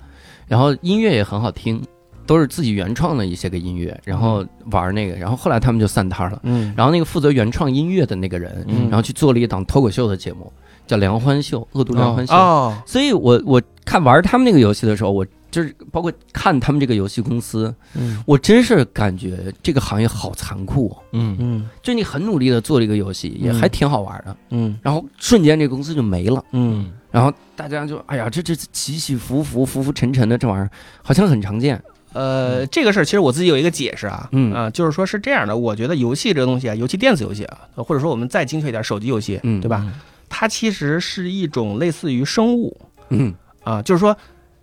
然后音乐也很好听，都是自己原创的一些个音乐，然后玩那个，然后后来他们就散摊了。嗯，然后那个负责原创音乐的那个人，嗯然后去做了一档脱口秀的节目，叫《梁欢秀》，恶毒梁欢秀。哦，所以我我看玩他们那个游戏的时候，我就是包括看他们这个游戏公司，嗯我真是感觉这个行业好残酷、哦。嗯嗯就你很努力的做了一个游戏，也还挺好玩的，嗯然后瞬间这个公司就没了，嗯，然后大家就哎呀，这这起起伏伏、浮浮沉沉的这玩意儿，好像很常见。呃，这个事儿其实我自己有一个解释啊，嗯啊，就是说是这样的，我觉得游戏这个东西啊，尤其电子游戏啊，或者说我们再精确一点，手机游戏，嗯对吧？它其实是一种类似于生物嗯啊，就是说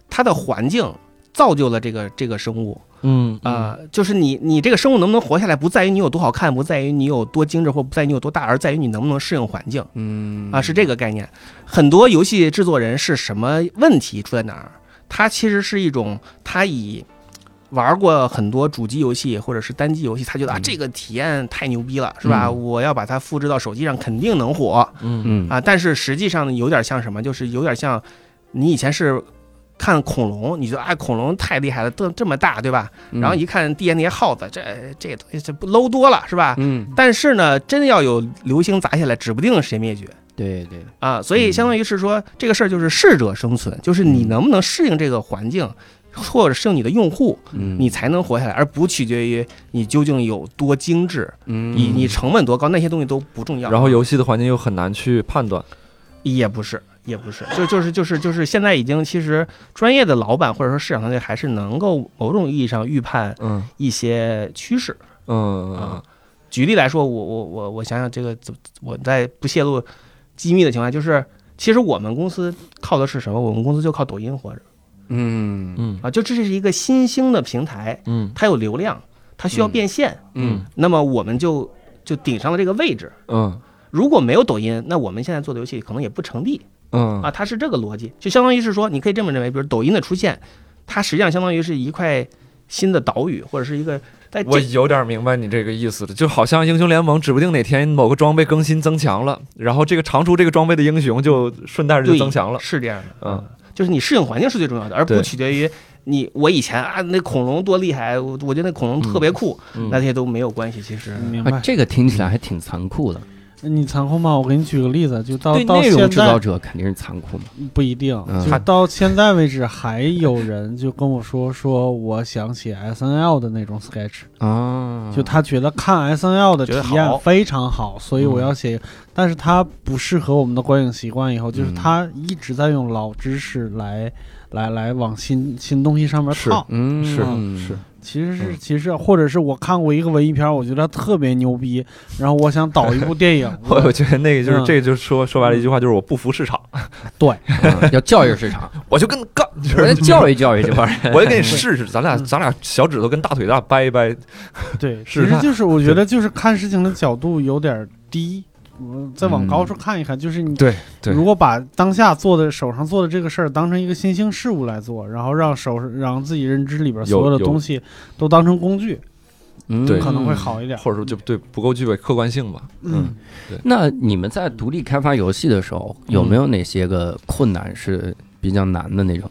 它的环境造就了这个这个生物嗯啊，就是你你这个生物能不能活下来，不在于你有多好看，不在于你有多精致，或不在于你有多大，而在于你能不能适应环境嗯啊，是这个概念。很多游戏制作人是什么问题出在哪儿？它其实是一种他以。玩过很多主机游戏或者是单机游戏，他觉得啊，这个体验太牛逼了，是吧？嗯我要把它复制到手机上，肯定能火。嗯嗯啊，但是实际上有点像什么，就是有点像你以前是看恐龙，你觉得啊恐龙太厉害了，这这么大，对吧？嗯然后一看地下那些耗子，这这东西这不 low 多了，是吧？嗯但是呢，真要有流星砸下来，指不定谁灭绝对对啊！所以相当于是说，这个事儿就是适者生存，就是你能不能适应这个环境，或者适应你的用户，嗯你才能活下来，而不取决于你究竟有多精致，嗯你你成本多高，那些东西都不重要。然后游戏的环境又很难去判断，也不是，也不是，就就是就是就是现在已经其实专业的老板或者说市场团队还是能够某种意义上预判嗯一些趋势嗯啊嗯。举例来说，我我我我想想这个怎么，我在不泄露机密的情况下，就是其实我们公司靠的是什么？我们公司就靠抖音活着嗯嗯啊，就这是一个新兴的平台，嗯它有流量，它需要嗯变现，嗯那么我们就就顶上了这个位置。嗯如果没有抖音，那我们现在做的游戏可能也不成立。嗯啊，它是这个逻辑，就相当于是说，你可以这么认为，比如抖音的出现，它实际上相当于是一块新的岛屿，或者是一个在我这有点明白你这个意思了，就好像英雄联盟，指不定哪天某个装备更新增强了，然后这个常出这个装备的英雄就顺带着就对增强了。是这样的，啊嗯，就是你适应环境是最重要的，而不对取决于你我以前啊那恐龙多厉害，我我觉得那恐龙特别酷，嗯那些都没有关系，其实。明啊，白？这个听起来还挺残酷的。你残酷吗？我给你举个例子，就到对到内容现制造在者肯定是残酷嘛。不一定，嗯就到现在为止还有人就跟我说说我想起 S N L 的那种 sketch，啊，就他觉得看 S N L 的体觉得好验非常好，所以我要写，但是他不适合我们的观影习惯，以后就是嗯他一直在用老知识来来来往新新东西上面套。嗯是嗯是其实是，其实或者是我看过一个文艺片儿，我觉得特别牛逼，然后我想导一部电 影 ，我我觉得那个就是、嗯这个就是说说白了一句话，就是我不服市场，嗯要教育市 场，我就跟 干，就是我来教育教育这帮人。我就给你试试，咱俩嗯咱俩小指头跟大腿咱俩掰一掰。对，其试实探就是我觉得就是看事情的角度有点儿低，我再往高处看一看，就是你对对如果把当下做的手上做的这个事儿当成一个新兴事物来做，然后让手让自己认知里边所有有的有东西都当成工具， 嗯对可能会。好一点。或者说就对不够具备客观性吧。嗯，那你们在独立开发游戏的时候，有没有哪些个困难是比较难的那种？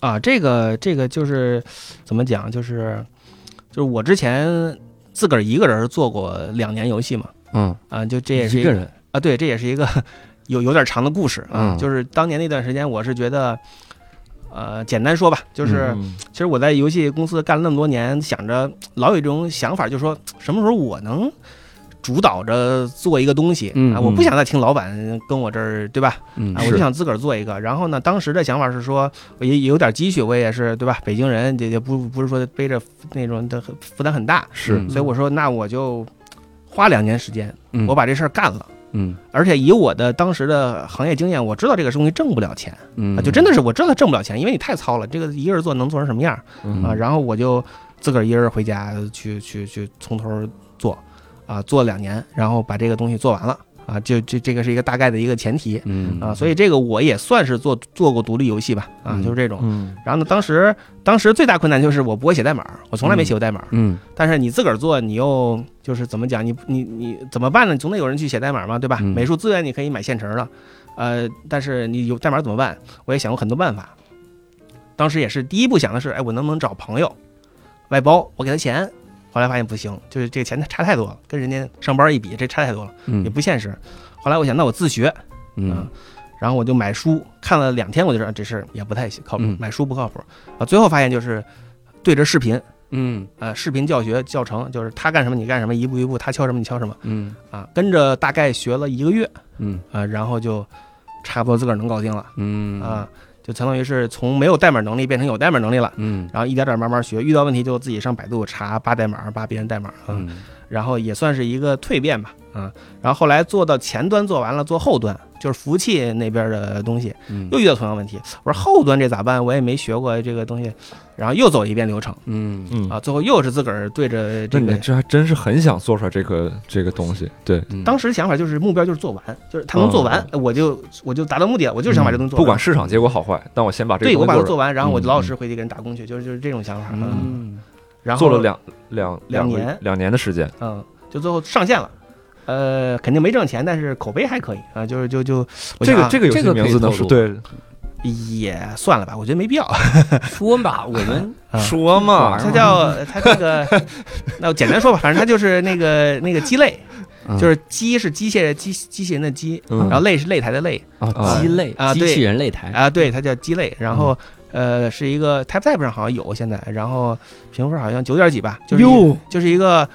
啊，这个这个就是怎么讲，就是就是我之前自个儿一个人做过两年游戏嘛，嗯，啊，就这也是一个人，啊，对，这也是一个有有点长的故事啊。嗯就是当年那段时间，我是觉得，呃，简单说吧，就是、嗯其实我在游戏公司干了那么多年，想着老有一种想法，就是说什么时候我能主导着做一个东西嗯啊，我不嗯想再听老板跟我这儿对吧？嗯啊，我就想自个儿做一个。然后呢，当时的想法是说，我也也有点积蓄，我也是对吧？北京人也也不不是说背着那种的很负担很大，是所以我说那我就花两年时间，嗯我把这事儿干了。嗯而且以我的当时的行业经验，我知道这个东西挣不了钱嗯啊，就真的是我知道挣不了钱，因为你太糙了，这个一个人做能做成什么样啊？嗯然后我就自个儿一人回家去去去从头做啊，做了两年，然后把这个东西做完了啊，就这这个是一个大概的一个前提。嗯啊，所以这个我也算是做做过独立游戏吧，啊，就是这种。嗯然后呢，当时当时最大困难就是我不会写代码，我从来没写过代码。嗯但是你自个儿做，你又就是怎么讲，你你你怎么办呢？总得有人去写代码嘛，对吧？嗯美术资源你可以买现成的，呃，但是你有代码怎么办？我也想过很多办法。当时也是第一步想的是，哎，我能不能找朋友外包，我给他钱。后来发现不行，就是这个钱差太多了，跟人家上班一比，这差太多了，也嗯不现实。后来我想，那我自学，嗯啊，然后我就买书看了两天，我就说啊这事儿也不太行靠谱，嗯买书不靠谱啊。最后发现就是对着视频，嗯呃，视频教学教程，就是他干什么你干什么，一步一步他敲什么你敲什么嗯啊，跟着大概学了一个月嗯啊，然后就差不多自个儿能搞定了嗯啊，就相当于是从没有代码能力变成有代码能力了。嗯然后一点点慢慢学，遇到问题就自己上百度查扒代码，扒别人代码啊，嗯然后也算是一个蜕变吧，啊，然后后来做到前端做完了，做后端就是服务器那边的东西，嗯又遇到同样问题，我说后端这咋办？我也没学过这个东西，然后又走一遍流程嗯嗯啊，最后又是自个儿对着那这你个。这还真是很想做出来这个这个东西，对，嗯当时想法就是目标就是做完，就是他能做完，我就我就达到目的了，我就是想把这东西做完。哦嗯不管市场结果好坏，但我先把这个对我东西把它做做完，然后我嗯就老老实实回去给人打工去，就是就是这种想法。嗯，嗯然后做了两两两个年两年的时间，嗯，就最后上线了。呃，肯定没挣钱，但是口碑还可以啊，就是就就我这想个啊这个游这戏个可以名字能透露说对也算了吧，我觉得没必要。 说吧，我们啊说嘛它叫它这个， 那我简单说吧，反正它就是那个那个鸡肋，嗯就是鸡是机械机机器人的鸡，嗯然后擂是擂台的擂啊鸡肋啊机对器人擂台啊，对，它叫鸡肋。然后嗯呃，是一个 Type Type 上好像有现在，然后评分好像九点几吧，就是一哟，就是一个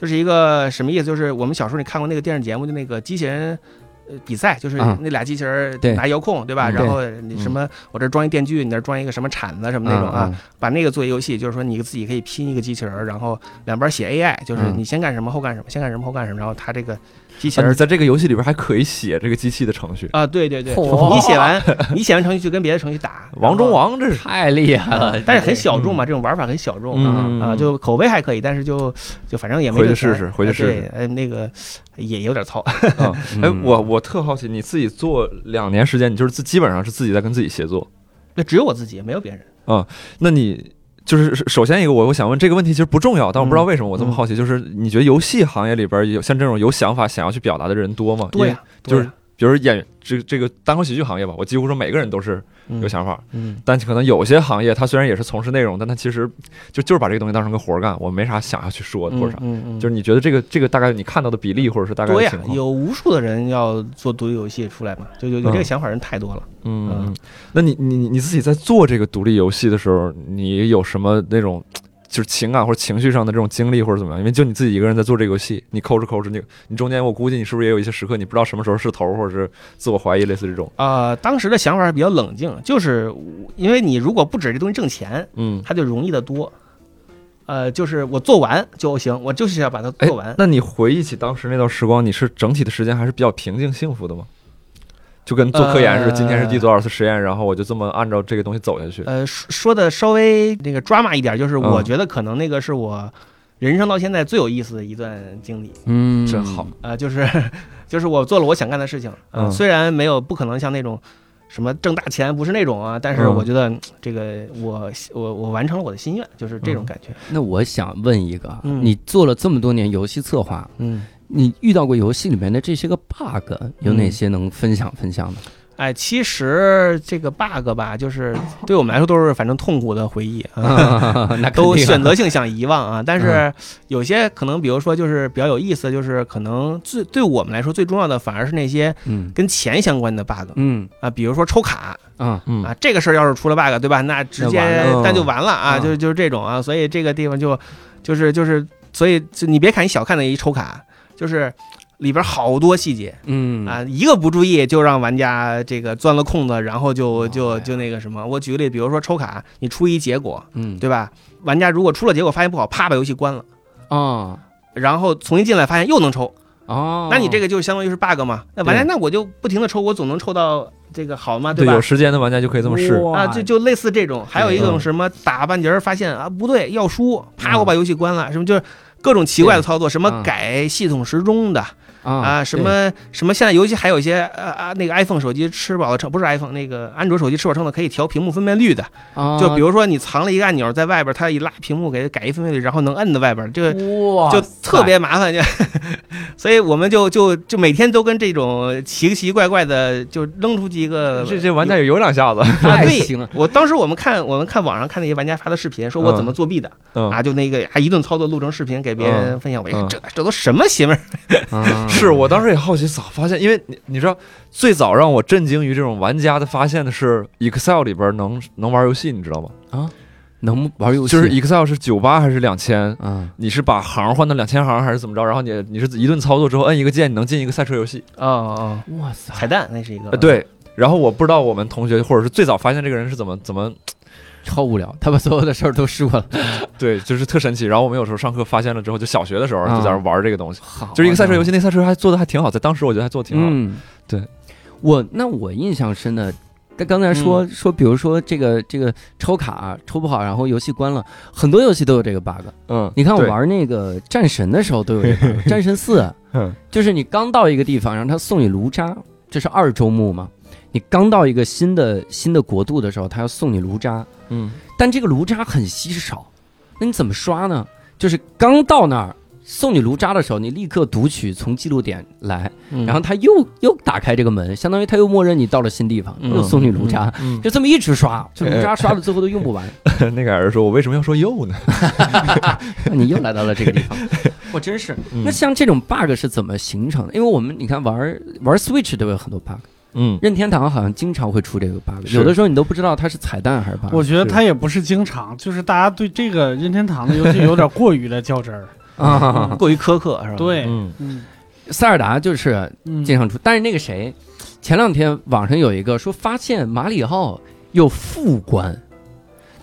就是一个什么意思？就是我们小时候你看过那个电视节目，就那个机器人。呃比赛就是啊那俩机器人对拿遥控，对吧？嗯嗯然后你什么，我这装一电锯，你那装一个什么铲子什么那种啊，把那个做游戏，就是说你自己可以拼一个机器人儿，然后两边写 AI，就是嗯你先干什么后干什么，先干什么后干什么，然后它这个机器啊人你儿在这个游戏里边还可以写这个机器的程序，啊，对对对，嚯你写完你写完程序就跟别的程序打， 王中然后，王这是太厉害了，但是很小众嘛，这种玩法很小众嗯啊啊，就口碑还可以，但是就就反正也没回这去钱试试回去试试啊对，呃，那个也有点糙，嗯哎，嗯我我特好奇，你自己做两年时间，你就是自基本上是自己在跟自己协作。那只有我自己，没有别人。那你就是首先一个，我我想问这个问题其实不重要，但我不知道为什么我这么好奇，就是你觉得游戏行业里边有像这种有想法想要去表达的人多吗？对啊因为呀，就是对呀比如演这这个单口喜剧行业吧，我几乎说每个人都是嗯有想法，嗯但可能有些行业他虽然也是从事内容，但他其实就就是把这个东西当成个活儿干，我没啥想要去说的或者啥。嗯嗯，啊就是你觉得这个这个大概你看到的比例，或者是大概多的呀情，况，有无数的人要做独立游戏出来嘛，就有有这个嗯想法人太多了。嗯嗯嗯，那你你你你自己在做这个独立游戏的时候，你有什么那种就是情感或者情绪上的这种经历或者怎么样？因为就你自己一个人在做这个游戏，你抠哧抠哧，你你中间我估计你是不是也有一些时刻，你不知道什么时候是头，或者是自我怀疑，类似这种。呃，当时的想法比较冷静，就是因为你如果不指这东西挣钱，嗯，它就容易的多。呃，就是我做完就行，我就是要把它哎做完，。那你回忆起当时那段时光，你是整体的时间还是比较平静幸福的吗？就跟做科研似的，呃今天是第多少次实验，然后我就这么按照这个东西走下去。呃，说说的稍微那个 drama 一点，就是我嗯觉得可能那个是我人生到现在最有意思的一段经历。嗯真好，呃，就是 就是我做了我想干的事情，呃嗯虽然没有不可能像那种什么挣大钱，不是那种啊，但是嗯我觉得嗯这个我我我完成了我的心愿，就是这种嗯感觉。那我想问一个，啊嗯你做了这么多年游戏策划，嗯。你遇到过游戏里面的这些个 bug 有哪些能分享分享的？哎，其实这个 bug 吧，就是对我们来说都是反正痛苦的回忆啊， 那肯都定啊嗯选择性想遗忘啊。但是有些可能，比如说就是比较有意思，就是可能最对我们来说最重要的，反而是那些嗯跟钱相关的 bug 嗯啊，比如说抽卡啊嗯啊，这个事儿要是出了 bug，对吧？那直接那完了那就完了啊，嗯就就是这种啊。所以这个地方就就是就是，所以就你别看你小看那一抽卡。就是里边好多细节嗯啊，一个不注意就让玩家这个钻了空子，然后就哎就呀就那个什么。我举个例，比如说抽卡，你出一结果，嗯对吧？玩家如果出了结果发现不好，啪把游戏关了，哦然后重新进来发现又能抽，哦，那你这个就相当于是 bug 嘛？那玩家对那我就不停的抽，我总能抽到这个好嘛，对，吧有？时间的玩家就可以这么试。啊，就就类似这种，还有一种嗯什么打半截儿发现啊不对要输，啪嗯我把游戏关了，什么就是各种奇怪的操作，什么嗯改系统时钟的啊，什么什么现在游戏还有一些呃啊那个 iPhone 手机吃饱了撑不是 iPhone 那个安卓手机吃饱撑的可以调屏幕分辨率的，嗯啊就比如说你藏了一个按钮在外边，它一拉屏幕给改一分辨率，然后能摁在外边，这个如哇就特别麻烦，就，所以我们就就就每天都跟这种奇奇怪怪的就扔出去一个这这玩家也有两 下子，啊，太对，行了，我当时我们看我们看网上看那些玩家发的视频，说我怎么作弊的、嗯啊，就那个啊一顿操作录成视频给别人分享，我一看嗯这这都什么邪门儿？ 啊是我当时也好奇咋发现，因为你你知道，最早让我震惊于这种玩家的发现的是 Excel 里边能能玩游戏，你知道吗？能玩游戏就是 Excel 是九八还是两千？啊你是把行换到两千行还是怎么着？然后你你是一顿操作之后摁一个键，你能进一个赛车游嗯戏。哦哦，哇塞彩蛋那是一个、呃，，对。然后我不知道我们同学或者是最早发现这个人是怎么怎么超无聊，他把所有的事儿都试过了，对，就是特神奇。然后我们有时候上课发现了之后，就小学的时候啊就在那玩这个东西，好啊就是一个赛车游戏戏，那赛车还做的还挺好，在当时我觉得还做的挺好。嗯，对，我那我印象深的。但刚才嗯说说，比如说这个这个抽卡抽不好，然后游戏关了，很多游戏都有这个 bug。嗯你看我对玩那个战神的时候都有这个 bug，战神四嗯，就是你刚到一个地方，然后他送你炉渣，这是二周目嘛？你刚到一个新的新的国度的时候，他要送你炉渣，嗯，但这个炉渣很稀少，那你怎么刷呢？就是刚到那儿送你炉渣的时候，你立刻读取从记录点来，嗯、然后他又又打开这个门，相当于他又默认你到了新地方，嗯又送你炉渣，嗯就这么一直刷，就炉渣刷到最后都用不完， 那个人说：“我为什么要说又呢那你又来到了这个地方。我真是，嗯那像这种 bug 是怎么形成的？因为我们你看玩玩 Switch 都有很多 bug，？” 嗯，任天堂好像经常会出这个 bug，是有的时候你都不知道它是彩蛋还啊是 bug 我觉得是他也不是经常，就是大家对这个任天堂的游戏有点过于的较真儿。啊。过于苛刻是吧？，啊对，嗯嗯 塞尔达就是嗯，经常出，但是那个谁，前两天网上有一个说发现马里奥有副官，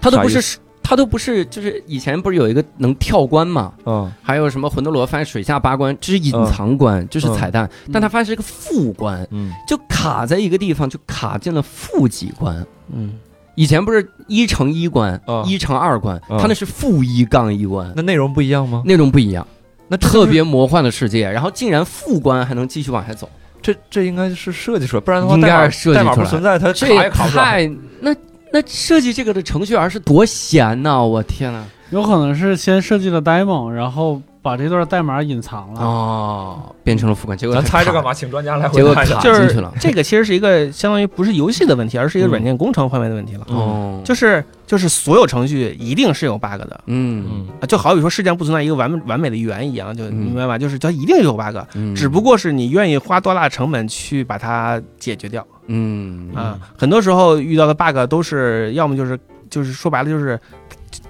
他都不啥意是他都不是，就是以前不是有一个能跳关嘛，啊，还有什么魂斗罗发现水下八关，这是隐嗯藏关，这是彩蛋，但他发现是个副关，嗯，就卡在一个地方，就卡进了负几关。嗯，以前不是一乘一关嗯啊，一乘二关，啊他那是负一杠一关，那内容不一样哦吗？那种不一样，那这特别魔幻的世界，然后竟然副关还能继续往下走。这这应该是设计出来，不然的话应该代码是设计代码出不来存在，它卡这也也卡不了。太那那设计这个的程序员是多闲呐！我天呐！有可能是先设计了 demo，然后把这段代码隐啊藏了。哦，变成了副官，结果咱它猜着卡干嘛？？请专家来结回果答一下。卡就进是去了。这个其实是一个相当于不是游戏的问题，而是嗯一个软件工程方面的问题了。哦，就是就是所有程序一定是有 bug 的嗯嗯啊，就好比说世界上不存在一个完完美的圆一样，就嗯明白吧？就是它一定有 bug，嗯，只不过是你愿意花多大的成本去把它解决掉嗯啊。很多时候遇到的 bug 都是要么就是就是说白了就是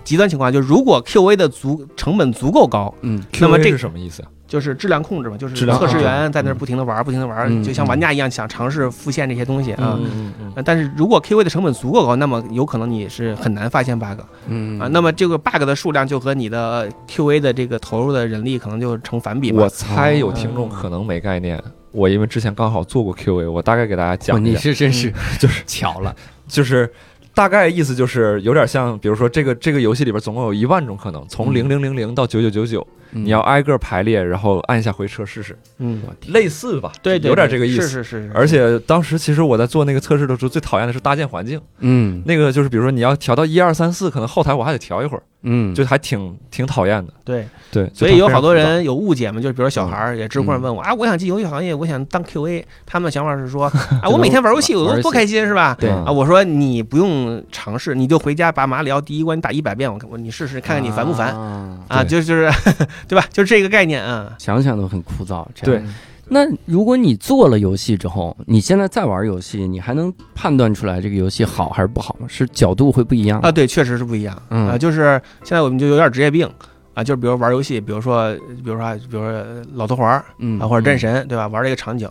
极端情况，就是如果 QA 的足成本足够高，嗯那么 QA 这是什么意思啊？就是质量控制嘛，就是质量测试控制员在那儿不停的玩儿，不停的玩嗯儿，就像玩家一样想尝试复现这些东西啊。嗯嗯呃但是如果 QA 的成本足够高，那么有可能你是很难发现 bug 嗯啊。那么这个 bug 的数量就和你的 QA 的这个投入的人力可能就成反比嘛嗯我。猜有听众可能没概念，我因为之前刚好做过 QA，我大概给大家哇讲一你下，是真是嗯就是巧了，哦就是大概意思就是有点像，比如说这个这个游戏里边总共有一万种可能，嗯从零零零零到九九九九，你你要挨个排列，然后按一下回车试试，嗯，类似吧？对，对有点对这个意思。是是是是。而且当时其实我在做那个测试的时候，最讨厌的是搭建环境。嗯那个就是比如说你要调到一二三四，可能后台我还得调一会儿，嗯就还挺挺讨厌的。对，对，所就以有非好常多复杂人有误解嘛，就是比如小孩儿也知乎上嗯问我啊，我想进游戏行业，我想当 QA。他们的想法是 说啊，我每天玩游戏，我玩游多戏多开心是吧？对嗯啊，我说你不用尝试，你就回家把马里奥第一关打一百遍，我看我你试试看看你烦不烦烦啊？就就是 对吧？就是这个概念啊。想想都很枯燥。这样对，那如果你做了游戏之后，你现在再玩游戏，你还能判断出来这个游戏好还是不好吗？是角度会不一样吗啊，对，确实是不一样嗯啊，就是现在我们就有点职业病啊，啊，就是比如玩游戏，比如说比如说啊比如说老头环儿嗯啊或者战神，对吧？玩这个场景，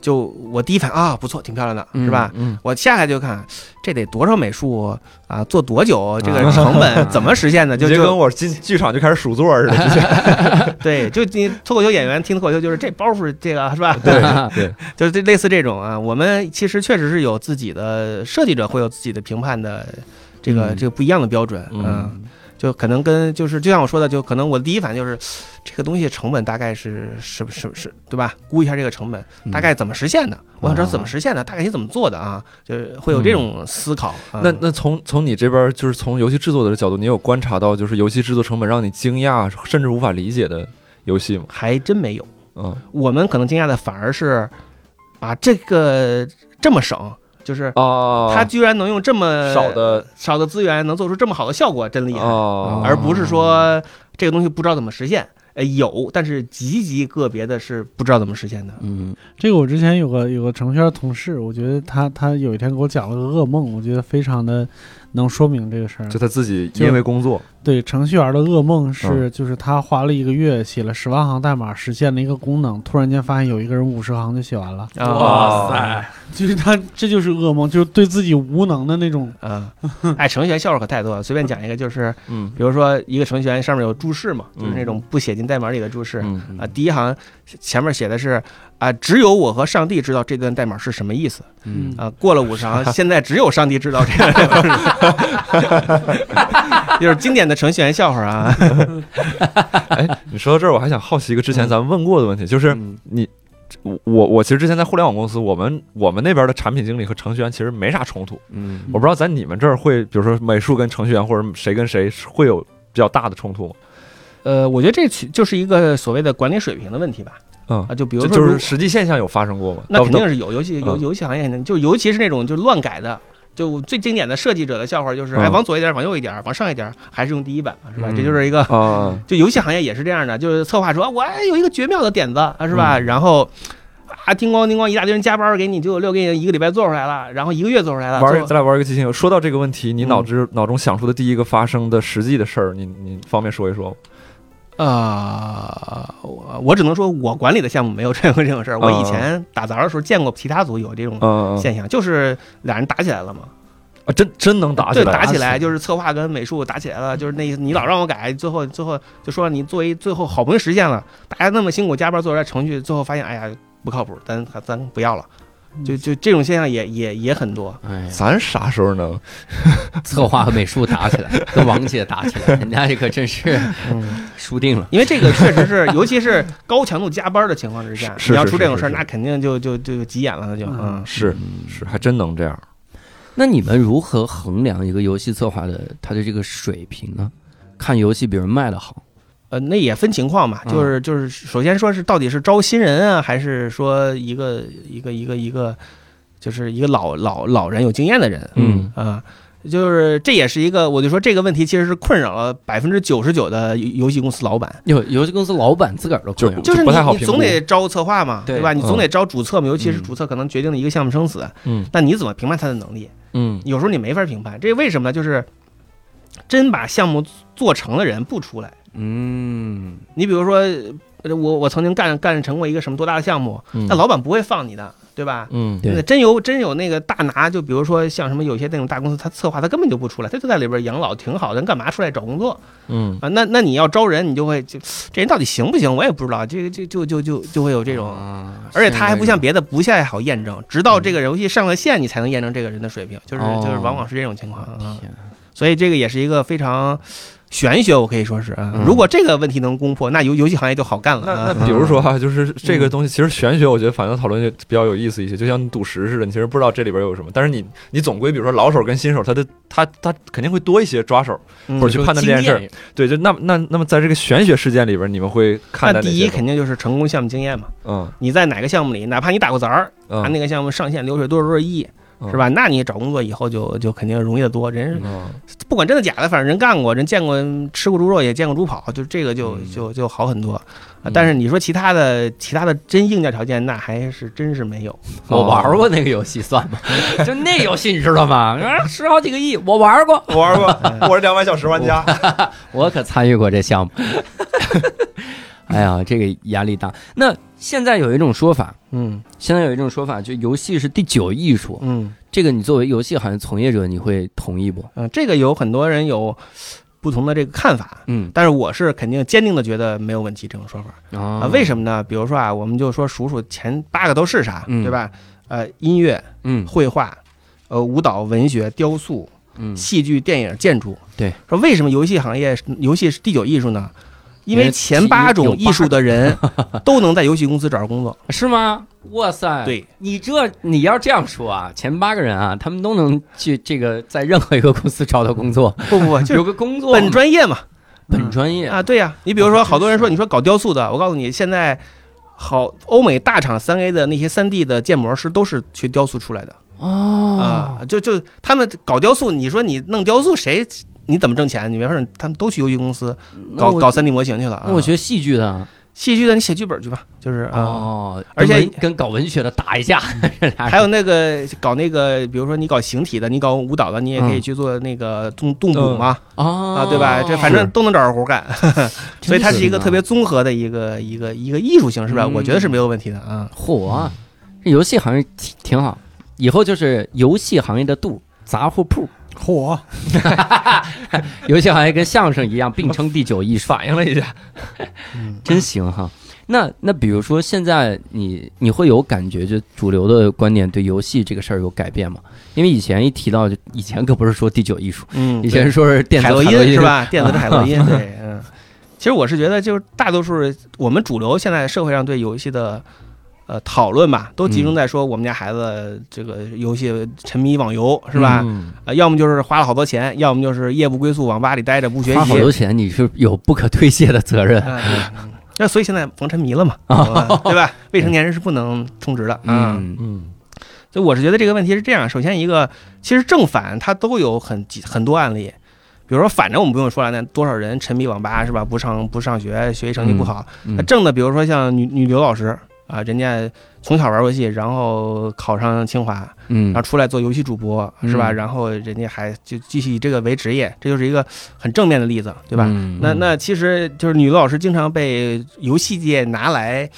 就我第一反应啊不错，挺漂亮的，嗯是吧？嗯，我下来就看，这得多少美术啊，做多久，这个成 本怎么实现的？你就这跟就我进剧场就开始数座似的，直 接对，就你脱口秀演员听脱口秀就是这包袱，这个是吧？ 对就是这类似这种啊，我们其实确实是有自己的设计者会有自己的评判的这个、嗯这个不一样的标准，啊嗯就可能跟就是就像我说的，就可能我第一反应就是这个东西成本大概是是是是对吧？估一下这个成本嗯大概怎么实现的，我想知道啊怎么实现的，大概你怎么做的啊？就是会有这种思考。啊那那从从你这边就是从游戏制作的角度，你有观察到就是游戏制作成本让你惊讶甚至无法理解的游戏吗？还真没有，嗯我们可能惊讶的反而是啊这个这么省，就是啊，哦他居然能用这么少的少的资源能做出这么好的效果，真厉害。哦而不是说这个东西不知道怎么实现。呃，有，但是极其个别的是不知道怎么实现的。嗯这个我之前有个有个程序员同事，我觉得他他有一天给我讲了个噩梦，我觉得非常的能说明这个事儿。就他自己就因为工作对程序员的噩梦嗯是，就是他花了一个月写了十万行代码，实现了一个功能，突然间发现有一个人五十行就写完 了，啊塞，就是他这就是噩梦，就是对自己无能的那种。啊！哎，程序员笑话可太多了，随便讲一个，就是嗯比如说一个程序员上面有注释嘛，就是嗯那种不写进代码里的注释嗯啊。第一行前面写的是啊，只有我和上帝知道这段代码是什么意思嗯啊。过了五十行，现在只有上帝知道这段代码， 就是经典的程序员笑话啊。哎，你说到这儿，我还想好奇一个嗯之前咱们问过的问题，就是嗯你。我我我其实之前在互联网公司，我们我们那边的产品经理和程序员其实没啥冲突。嗯我不知道在你们这儿会，比如说美术跟程序员或者谁跟谁会有比较大的冲突吗？呃，我觉得这其就是一个所谓的管理水平的问题吧。嗯啊，，就比如这说就如是实际现象有发生过吗？那到肯定是有，尤其游嗯游戏行业肯定就尤其是那种就乱改的，就最经典的设计者的笑话就是，嗯哎，往左一点，往右一点，往上一点，还是用第一版吧，是吧？嗯这就是一个到啊，就游戏行业也是这样的，就是策划说，我哎有一个绝妙的点子，啊是嗯吧？然后。啊，叮咣叮咣，一大堆人加班给你九九六，给你一个礼拜做出来了，然后一个月做出来了，玩最儿后咱俩玩一个即兴游。说到这个问题，你嗯脑子脑中想出的第一个发生的实际的事儿，你你方便说一说吗？啊、我我只能说我管理的项目没有这种这种事儿。我以前打杂的时候见过其他组有这种嗯，嗯现象，就是俩人打起来了嘛，啊，真真能打起对，来，啊打起来就是策划跟美术打起来了，就是那你老让我改，最后最后就说你作为最后好不容易实现了，大家那么辛苦加班做出来程序，最后发现哎呀不靠谱，咱咱不要了，嗯就就这种现象也也也很多。哎呀，咱啥时候能？策划和美术打起来，跟王姐打起来，人家这可真是嗯，输定了。因为这个确实是，尤其是高强度加班的情况之下，是是你要是出这种是事儿，是那肯定就就就急眼了，那就嗯嗯。是是，还真能这样。那你们如何衡量一个游戏策划的它的这个水平呢？看游戏，比如卖的好，呃，那也分情况嘛，嗯就是就是，首先说是到底是招新人啊，还是说一个一个一个一个，就是一个老老老人有经验的人，嗯啊，就是这也是一个，我就说这个问题其实是困扰了百分之九十九的游游戏公司老板，有游戏公司老板自个儿都困扰就是不你太好你评估总得招策划嘛，对对吧？你总得招主策嘛，尤其是嗯主策可能决定了一个项目生死，嗯那你怎么评判他的能力？嗯有时候你没法评判，这为什么呢？就是真把项目做成的人不出来。嗯，你比如说，呃我我曾经干干成过一个什么多大的项目，嗯那老板不会放你的，对吧？嗯对那真有真有那个大拿，就比如说像什么有些那种大公司，他策划他根本就不出来，他就在里边养老挺好的，人干嘛出来找工作嗯啊？那那你要招人，你就会就这人到底行不行，我也不知道，这个这就就就就会有这种。啊而且他还不像别的不太好验证，直到这个游戏上了线，你才能验证这个人的水平，就是嗯哦就是往往是这种情况啊。天所以这个也是一个非常玄学，我可以说是啊嗯。如果这个问题能攻破，那游游戏行业就好干了那啊。嗯那比如说嗯哈、就是这个东西，其实玄学，我觉得反正讨论就比较有意思一些，就像你赌石似的，你其实不知道这里边有什么，但是你你总归，比如说老手跟新手，他的他他肯定会多一些抓手，嗯或者去判断这件事儿。对，就那那那么在这个玄学事件里边，你们会看待那第哪些一东西？肯定就是成功项目经验嘛。嗯你在哪个项目里，哪怕你打过杂儿，啊，嗯那个项目上线流水多少多少亿，是吧？那你找工作以后就就肯定容易得多。人嗯不管真的假的，反正人干过，人见过吃过猪肉，也见过猪跑，就这个就嗯就就好很多。啊嗯但是你说其他的其他的真硬件条件，那还是真是没有。我玩过那个游戏，算 吗？就那游戏你知道吗？啊，十好几个亿，我玩过，我玩嗯过，我是两百小时玩家，我可参与过这 项目。哎呀，这个压力大。那现在有一种说法，嗯现在有一种说法，就游戏是第九艺术。嗯。这个你作为游戏行业从业者，你会同意不？嗯，这个有很多人有不同的这个看法，嗯但是我是肯定坚定的觉得没有问题这种说法啊、啊为么？什么呢？比如说啊，我们就说数数前八个都是啥，嗯对吧？呃，音乐、嗯绘画、呃，舞蹈、文学、雕塑、嗯戏剧、电影、建筑。对，说为什么游戏行业游戏是第九艺术呢？因因为为前其八有种八艺术的人 都能在游戏公司找着工作。是吗？哇塞！对，你这你要这样说啊，前八个人啊，他们都能去这个在任何一个公司找到工作，不不不，就有是个工作嘛本专业嘛，本专业啊，对呀、你比哦如说，好多人说你说搞雕塑的，我告诉你，现在好欧美大厂三 A 的那些三 D 的建模师都是学雕塑出来的哦啊，就就他们搞雕塑，你说你弄雕塑谁你怎么挣钱？你没法儿，他们都去游戏公司那搞我搞三 D 模型去了啊。那我学戏剧的啊戏剧的，你写剧本去吧，就是啊。哦，而且跟文跟搞文学的打一架，这俩人 还有那个搞那个，比如说你搞形体的，你搞舞蹈的，你也可以嗯去做那个动动捕嘛，哦啊，对吧？这反正都能找着活儿干，真所以它是一个呢特别综合的一个一个一个艺术性，是吧？嗯我觉得是没有问题的啊。火啊！这游戏行业挺挺好，以后就是游戏行业的度。杂货 铺，嚯，游戏行业跟相声一样并称第九艺术，反应了一下，嗯真行哈。那那比如说，现在你你会有感觉，就主流的观点对游戏这个事儿有改变吗？因为以前一提到，就以前可不是说第九艺术，嗯以前说是电子海洛海洛因是？吧？电子的海 洛因，对，嗯。其实我是觉得，就是大多数我们主流现在社会上对游戏的呃讨论吧，都集嗯中在说我们家孩子这个游戏沉迷网游是吧？嗯呃，要么就是花了好多钱，要么就是夜不归宿，网吧里待着不学花好习多。钱，你是有不可推卸的责任。嗯嗯那所以现在防沉迷 了嘛，嗯对吧？未成年人是不能充值的， 嗯，嗯所以我是觉得这个问题是这样：首先一个，其实正反它都有很几很多案例，比如说反正我们不用说了，那多少人沉迷网吧是吧？不上不上学，学习成绩不好。嗯那正的，比如说像女女刘老师啊，人家从小玩游戏，然后考上清华，然后嗯出来做游戏主播是吧？嗯然后人家还就继续以这个为职业，这就是一个很正面的例子，对吧？嗯那那其实就是女老师经常被游戏界拿来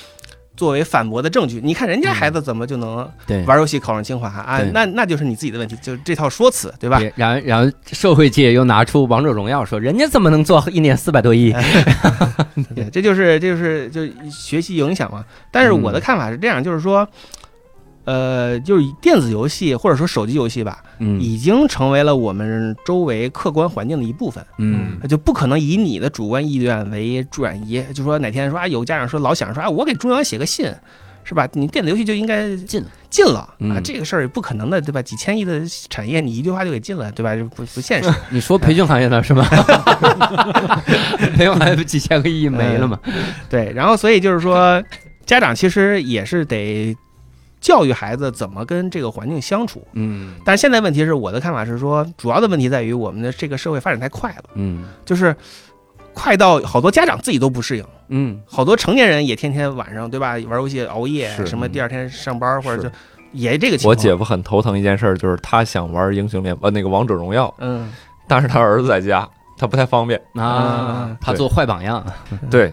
作为反驳的证据。你看嗯人家孩子怎么就能对玩游戏考上清华啊嗯对？那那就是你自己的问题，就是这套说辞，对吧？也然后然后社会界又拿出王者荣耀说，人家怎么能做一年四百多亿？对，这就是这就是就是学习影响嘛。但是我的嗯看法是这样，就是说，呃，就是电子游戏或者说手机游戏吧，嗯已经成为了我们周围客观环境的一部分。嗯就不可能以你的主观意愿为转移。就说哪天说啊，有家长说老想说啊，我给中央写个信，是吧？你电子游戏就应该禁了禁了、啊，嗯这个事儿也不可能的，对吧？几千亿的产业，你一句话就给禁了，对吧？这不不现实。你说培训行业呢是吗？ 培训行业不几千个亿没了吗？对，然后所以就是说，家长其实也是得教育孩子怎么跟这个环境相处。嗯但是现在问题是，我的看法是说，主要的问题在于我们的这个社会发展太快了，嗯就是快到好多家长自己都不适应。嗯好多成年人也天天晚上对吧玩游戏熬夜，是什么第二天上班或者是就也这个情况。 我姐夫很头疼一件事儿，就是他想玩英雄联呃那个王者荣耀，嗯，但是他儿子在家，他不太方便。啊，怕做坏榜样。对，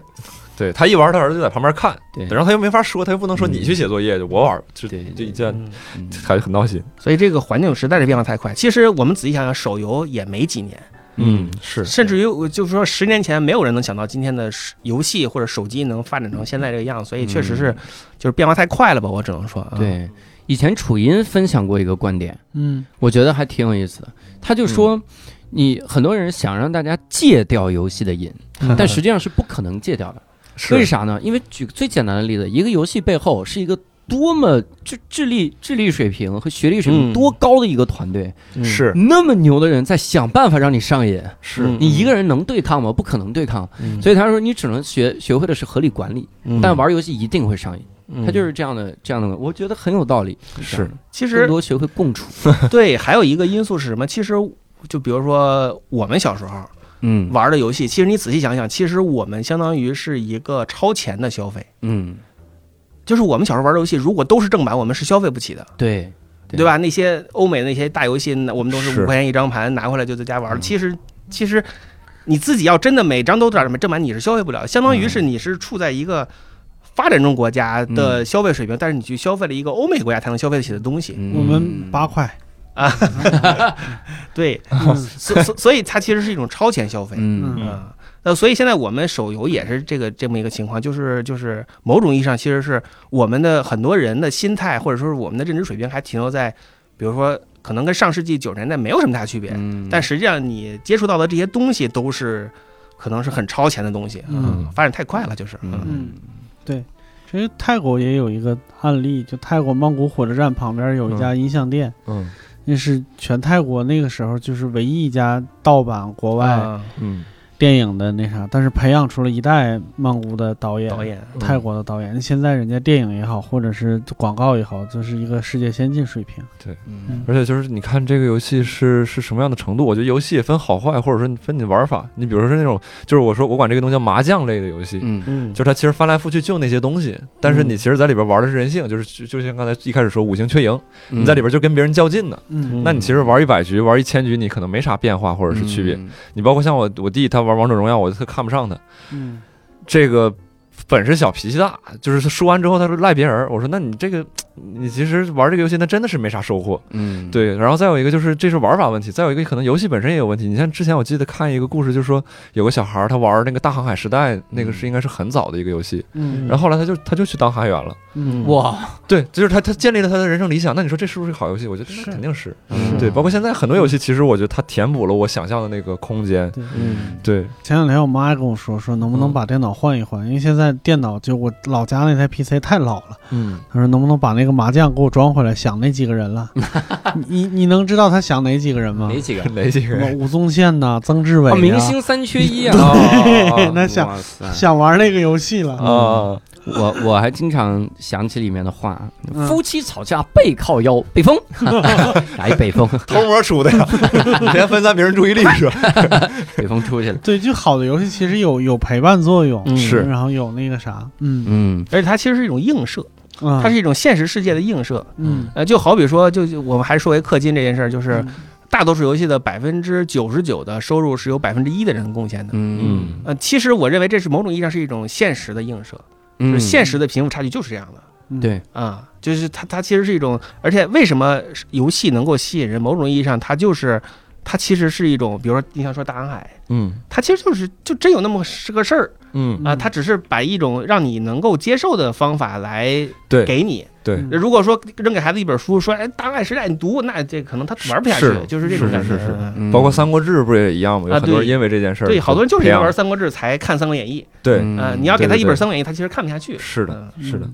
对他一玩，他儿子就在旁边看，对然后他又没法说，他又不能说嗯你去写作业，就我玩，就对就这样，嗯嗯他就很闹心。所以这个环境实在是变化太快。其实我们仔细想想，手游也没几年，嗯，是甚至于我就是说十年前没有人能想到今天的游戏或者手机能发展成现在这个样子，所以确实是就是变化太快了吧，我只能说。啊，嗯对，以前楚音分享过一个观点，嗯，我觉得还挺有意思的。他就说，你很多人想让大家戒掉游戏的瘾，嗯嗯但实际上是不可能戒掉的。为是啥呢？因为举个最简单的例子，一个游戏背后是一个多么就智力、智力水平和学历水平嗯多高的一个团队，嗯是嗯那么牛的人在想办法让你上瘾，是，你一个人能对抗吗？不可能对抗。嗯所以他说，你只能学学会的是合理管理，嗯但玩游戏一定会上瘾。嗯它就是这样的这样的，我觉得很有道理。是其更实多学会共处，对，还有一个因素是什么？其实就比如说我们小时候嗯玩的游戏，其实你仔细想想，其实我们相当于是一个超前的消费。嗯，就是我们小时候玩的游戏，如果都是正版，我们是消费不起的，对，对对吧？那些欧美那些大游戏，那我们都是是五块钱一张盘，拿回来就在家玩。其实，其实你自己要真的每张都正版，正版你是消费不了，相当于是你是处在一个发展中国家的消费水平，但是你去消费了一个欧美国家才能消费得起的东西。嗯我们 八块， 对，嗯所所所以它其实是一种超前消费。嗯嗯啊，那所以现在我们手游也是这个这么一个情况，就是就是某种意义上，其实是我们的很多人的心态或者说是我们的认知水平还停留在，比如说可能跟上世纪九十年代没有什么大区别，嗯，但实际上你接触到的这些东西都是可能是很超前的东西，嗯发展太快了，就是，嗯嗯，对。其实泰国也有一个案例，就泰国曼谷火车站旁边有一家音像店，嗯那是全泰国那个时候就是唯一一家盗版国外啊，嗯电影的那啥，但是培养出了一代曼谷的导演。导演，泰国的导演，现在人家电影也好，或者是广告也好，就是一个世界先进水平。嗯而且就是你看这个游戏是是什么样的程度，我觉得游戏也分好坏，或者说你分你的玩法。你比如说是那种，就是我说我管这个东西叫麻将类的游戏，嗯嗯就是它其实翻来覆去就那些东西，但是你其实在里边玩的是人性，就是就就像刚才一开始说五行缺赢，你在嗯里边就跟别人较劲呢。嗯那你其实玩一百局、玩一千局，你可能没啥变化或者是区嗯别。，你包括像我我弟他玩王者荣耀，我就特看不上他，嗯这个本是小脾气大，就是他输完之后他说赖别人儿。我说那你这个你其实玩这个游戏那真的是没啥收获。嗯，对，然后再有一个就是这是玩法问题，再有一个可能游戏本身也有问题。你像之前我记得看一个故事，就是说有个小孩儿他玩那个大航海时代，那个嗯是应该是很早的一个游戏，嗯然后后来他就他就去当航海员了。嗯哇，对，就是他他建立了他的人生理想。那你说这是不是个好游戏？我觉得那肯定是。嗯对，包括现在很多游戏，其实我觉得它填补了我想象的那个空间。对嗯对，前两天我妈还跟我说，说能不能嗯把电脑换一换，因为现在电脑就我老家那台 PC 太老了。嗯，她说能不能把那个麻将给我装回来，想那几个人了？你你能知道他想哪几个人吗嗯哪？几个？哪几什个么嗯人？吴宗宪呐、曾志伟、哦，明。星三缺 一啊！对那想哇塞想玩那个游戏了，啊，嗯我我还经常想起里面的话嗯：夫妻吵架背靠腰，背 风，来一背风，偷摸出的 呀，连分散别人注意力是吧？北风出去了。对，就好的游戏其实有有陪伴作用，嗯是然后有那个啥，嗯嗯而且它其实是一种映射，嗯，它是一种现实世界的映射，嗯呃，就好比说，就就我们还说回氪金这件事儿，就是。嗯大多数游戏的百分之九十九的收入是由百分之一的人贡献的。嗯呃，其实我认为这是某种意义上是一种现实的映射，就嗯是现实的贫富差距就是这样的。嗯对啊、就是它它其实是一种，而且为什么游戏能够吸引人？某种意义上，它就是它其实是一种，比如说你想说大航海，嗯它其实就是就真有那么是个事儿嗯，啊，它只是把一种让你能够接受的方法来对给你。对，嗯如果说扔给孩子一本书，说哎，大航海时代你读，那这可能他玩不下去，是就是这种是感觉。是是嗯嗯包括《三国志》不也一样吗？有啊很多对人因为这件事儿，。对，好多人就是因为玩《三国志》才看《三国演义》对，嗯，呃，你要给他对对一本对《三国演义》，他其实看不下去。是的，嗯是的，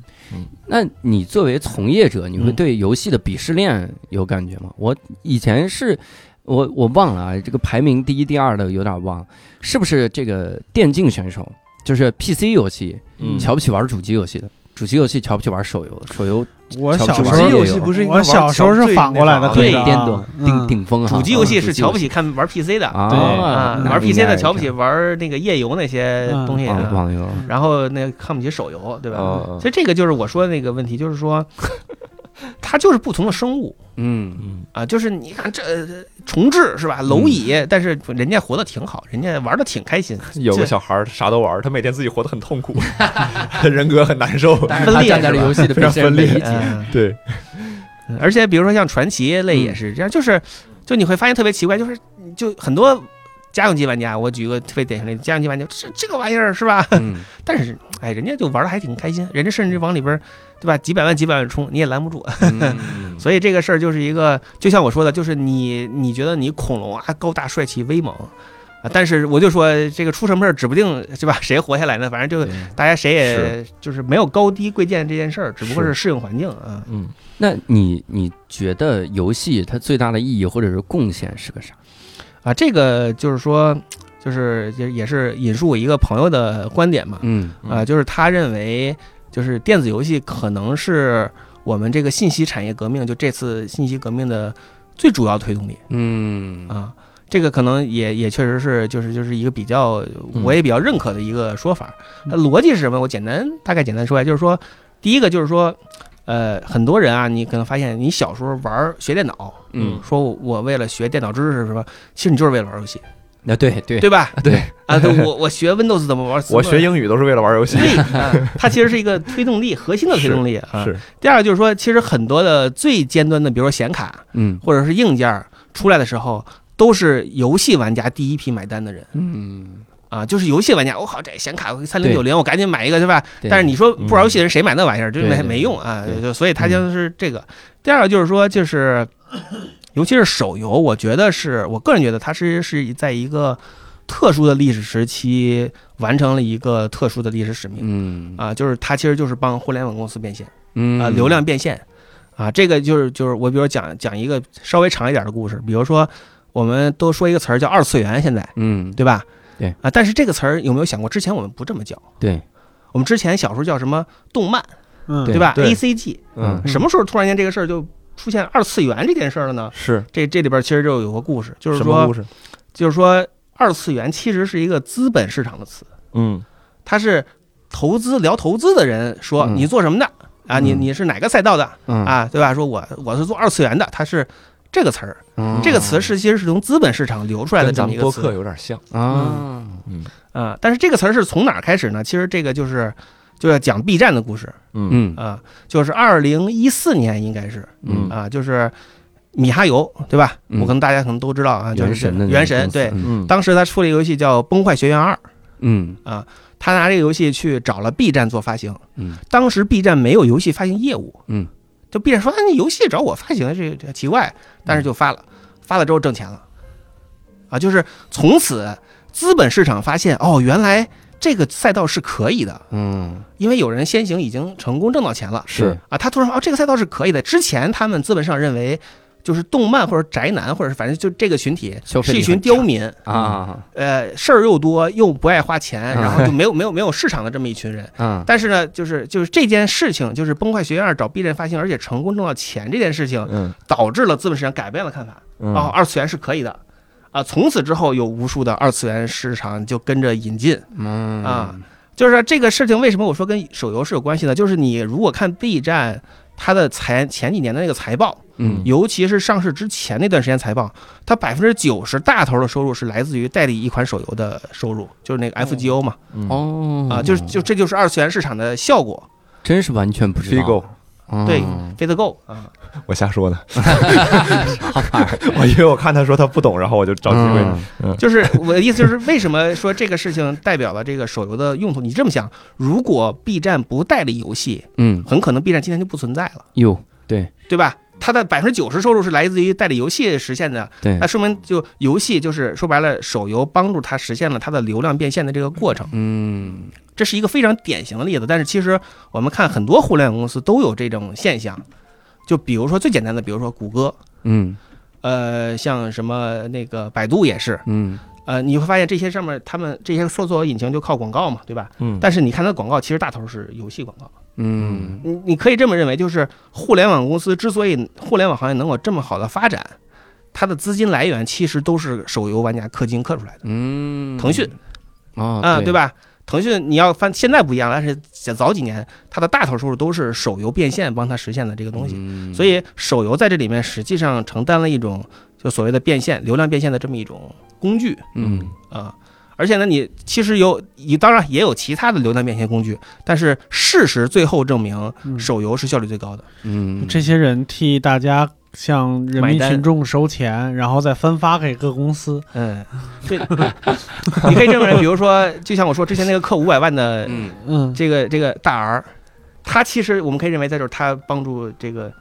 那你作为从业者，你会嗯对游戏的鄙视链有感觉吗？我以前是，我我忘了啊，这个排名第一、第二的有点忘，是不是这个电竞选手，就是 PC 游戏，嗯瞧不起玩主机游戏的，主机游戏瞧不起玩手游，手游我小主时机候玩游戏不是应该我玩小时候是反过来的，小最对顶那啊巅端顶嗯顶峰啊哈，主机游啊戏是瞧不起起看玩 PC 的，啊，啊，那玩应该 PC 的是嗯瞧不起玩那个页游那些东西，网啊网游，然后那个看不起手游，对哦吧？啊所以这个就是我说的那个问题，就 是说，它就是不同的生物嗯嗯，啊，就是你看这呃重置是吧？蝼嗯蚁，但是人家活得挺好，人家玩的挺开心，有个小孩儿啥都玩儿，他每天自己活得很痛苦， 人格很 难受。但是他分裂站在了是吧游戏 的非本常身分裂媒介嗯对，嗯而且比如说像传奇类嗯也是这样，就是就你会发现特别奇怪，就是就很多家用机玩家，我举个特别典型的例子，家用机玩家，这这个玩意儿是吧？嗯但是哎，人家就玩的还挺开心，人家甚至往里边儿对吧，几百万几百万充，你也拦不住。嗯所以这个事儿就是一个，就像我说的，就是你你觉得你恐龙啊高大帅气威猛。啊，但是我就说这个出什么事儿，指不定是吧？谁活下来呢？反正就对大家谁也就是没有高低贵贱这件事儿，只不过是适应环境啊。嗯，那你你觉得游戏它最大的意义或者是贡献是个啥？啊，这个就是说，就是也也是引述我一个朋友的观点嘛，嗯啊，就是他认为就是电子游戏可能是我们这个信息产业革命，就这次信息革命的最主要推动力嗯啊。这个可能也也确实是，就是就是一个比较，嗯我也比较认可的一个说法。它逻辑是什么？我简单大概简单说一下，就是说，第一个就是说，呃，很多人啊，你可能发现你小时候玩儿学电脑，嗯，说我为了学电脑知识是吧？其实你就是为了玩儿游戏，那啊对对嗯对吧？对啊，对我我学 Windows 怎么玩儿？我学英语都是为了玩游戏，对、啊，它其实是一个推动力，核心的推动力 啊。是第二个就是说，其实很多的最尖端的，比如说显卡嗯或者是硬件儿出来的时候，都是游戏玩家第一批买单的人嗯，啊，就是游戏玩家，我、靠，这显卡三零对九零，我赶紧买一个，对吧？对嗯但是你说不玩游戏的人谁买那玩意儿，就对没对没用啊，对嗯就所以它就是这个。第二个就是说，就是尤其是手游，我觉得是我个人觉得它是是在一个特殊的历史时期完成了一个特殊的历史使命。嗯啊，就是它其实就是帮互联网公司变现嗯啊，流量变现啊，这个就是就是我比如讲讲一个稍微长一点的故事，比如说我们都说一个词儿叫二次元，现在嗯对吧？对啊，但是这个词儿有没有想过，之前我们不这么叫，对我们之前小时候叫什么动漫，嗯，对吧对？A C G，嗯什么时候突然间这个事儿就出现二次元这件事儿了呢？是这这里边其实就有个故事，就是什么故说事？就是说二次元其实是一个资本市场的词。嗯他是投资聊投资的人说嗯你做什么的啊？你你是哪个赛道的嗯啊？对吧？说我我是做二次元的，他是这个词儿，嗯啊这个词是其实是从资本市场流出来的跟这咱么一们播个客词有点像，啊啊。但是这个词儿是从哪儿开始呢？其实这个就是就要讲 B 站的故事嗯嗯啊，就是二零一四年应该是嗯啊，就是米哈游对吧？嗯我跟大家可能都知道啊，就是原神的那原个神公司对。嗯当时他出了一个游戏叫《崩坏学院二》，嗯他拿这个游戏去找了 B 站做发行，嗯当时 B 站没有游戏发行业务，嗯，就 B 站说，哎，你游戏找我发行，这这奇怪，但是就发了，发了之后挣钱了，啊，就是从此资本市场发现，哦，原来这个赛道是可以的，嗯因为有人先行已经成功挣到钱了是啊，他突然说，哦，这个赛道是可以的，之前他们资本市场认为。就是动漫或者宅男，或者是反正就这个群体消费是力一群很刁差民，啊呃，事儿又多又不爱花钱，嗯然后就没有没有没有市场的这么一群人。啊但是呢，就是就是这件事情，就是崩坏学院二找 B 站发行，而且成功挣到钱这件事情，嗯导致了资本市场改变了看法，嗯哦，二次元是可以的，啊，从此之后有无数的二次元市场就跟着引进，嗯啊就是说这个事情为什么我说跟手游是有关系呢？就是你如果看 B 站它的财前几年的那个财报，嗯尤其是上市之前那段时间财报，它百分之九十大头的收入是来自于代理一款手游的收入，就是那个 FGO 嘛，哦嗯哦啊，就是就这就是二次元市场的效果，真是完全不知道 Figo，哦对 f a t Go 啊。我瞎 说的，我因为我看他说他不懂，然后我就找机会，嗯 就是我的意思，就是为什么说这个事情代表了这个手游的用途？你这么想，如果 B 站不代理游戏，嗯很可能 B 站今天就不存在了，哟对对吧？它的百分之九十收入是来自于代理游戏实现的，对那说明就游戏就是说白了，手游帮助它实现了它的流量变现的这个过程，嗯这是一个非常典型的例子。但是其实我们看很多互联网公司都有这种现象，就比如说最简单的，比如说谷歌，嗯呃，像什么那个百度也是，嗯呃，你会发现这些上面他们这些搜索引擎就靠广告嘛，对吧？嗯但是你看它广告，其实大头是游戏广告。嗯你你可以这么认为，就是互联网公司之所以互联网行业能有这么好的发展，它的资金来源其实都是手游玩家氪金氪出来的。嗯腾讯啊啊、对？吧？腾讯你要翻现在不一样，但是早几年它的大头收入都是手游变现帮它实现的这个东西。嗯所以手游在这里面实际上承担了一种就所谓的变现、流量变现的这么一种工具。嗯啊。而且呢，你其实有，你当然也有其他的流量变现工具，但是事实最后证明，嗯手游是效率最高的。嗯这些人替大家向人买民单群众收钱，然后再分发给各公司。嗯，对，你可以这么认为，比如说，就像我说之前那个氪五百万的嗯嗯，这个这个大 R，他其实我们可以认为，在这儿他帮助这个，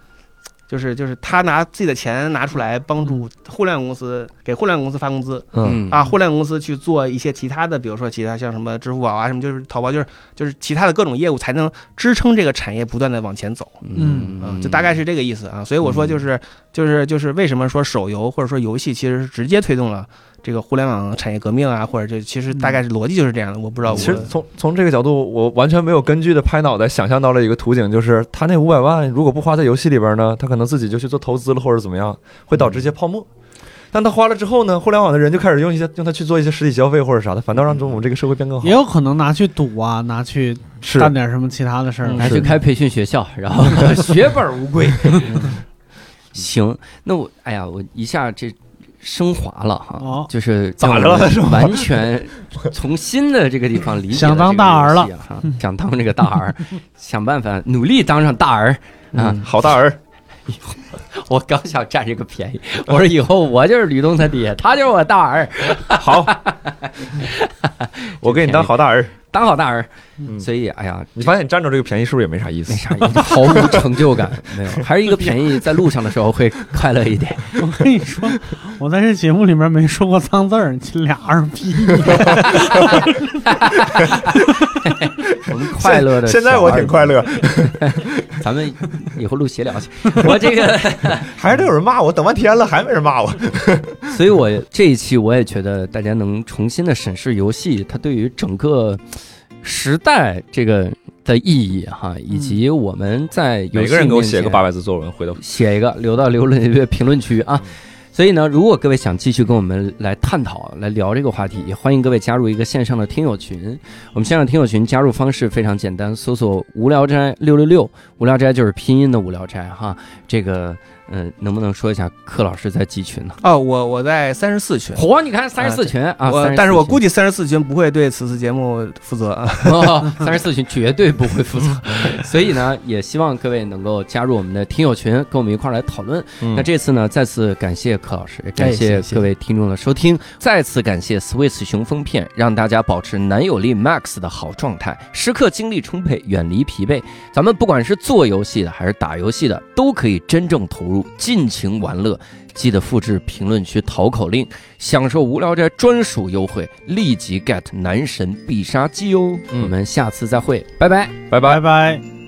就是就是他拿自己的钱拿出来帮助互联网公司给互联网公司发工资，嗯啊，互联网公司去做一些其他的，比如说其他像什么支付宝啊，什么就是淘宝，就是就是其他的各种业务，才能支撑这个产业不断的往前走嗯啊、就大概是这个意思啊。所以我说就是就是就是为什么说手游或者说游戏其实是直接推动了这个互联网产业革命啊，或者这其实嗯大概是逻辑就是这样的。我不知道我其实从从这个角度，我完全没有根据的拍脑袋想象到了一个图景，就是他那五百万如果不花在游戏里边呢，他可能自己就去做投资了或者怎么样，会导致一些泡沫。但他花了之后呢，互联网的人就开始用一些用它去做一些实体消费或者啥的，反倒让我们这个社会变更好也。有可能拿去赌啊，拿去是干点什么其他的事儿。拿去开培训学校，然后血本无归。 行，那我哎呀，我一下这升华了哈，哦就是咋让了我们是吧完全从新的这个地方理解了想当这个大游儿戏啊哈，想当这个大儿， 想办法努力当上大儿啊！好大儿，我刚想占这个便宜，我说以后我就是吕洞他爹，他就是我大儿，好，我给你当好大儿。当好大儿。嗯所以哎呀，你发现你占着这个便宜是不是也没啥意思没？啥意思，毫无成就 感，没有，还是一个便宜，在路上的时候会快乐一 点。 我跟你说，我在这节目里面没说过脏字儿，你俩二逼。我们快乐的现在我挺快 乐，乐，咱们以后录闲聊 去。我这个，还是得有人骂我，等半天了还没人骂我。所以我这一期我也觉得大家能重新的审视游戏，它对于整个时代这个的意义哈，以及我们在游戏嗯每个人给我面写前个八百字作文，回头写一个留到留论评论区啊。所以呢，如果各位想继续跟我们来探讨、来聊这个话题，也欢迎各位加入一个线上的听友群。我们线上听友群加入方式非常简单，搜索“无聊斋六六六”，无聊斋就是拼音的无聊斋哈。这个，嗯、能不能说一下柯老师在集群呢？哦，我我在三十四群。嚯，你看三十四群啊，我但是我估计计三十四群不会对此次节目负责啊。 三十四群绝对不会负责，所以呢，也希望各位能够加入我们的听友群，跟我们一块儿来讨论。那这次呢，再次感谢柯老师，感谢谢谢各位听众的收听，再次感谢 Swiss 雄风片，让大家保持男友力 max 的好状态，时刻精力充沛，远离疲惫。咱们不管是做游戏的还是打游戏的，都可以真正投入，尽情玩乐。记得复制评论区淘口令，享受无聊斋专属优惠，立即 get 男神必杀技哦！嗯我们下次再会，拜拜。拜拜。拜拜。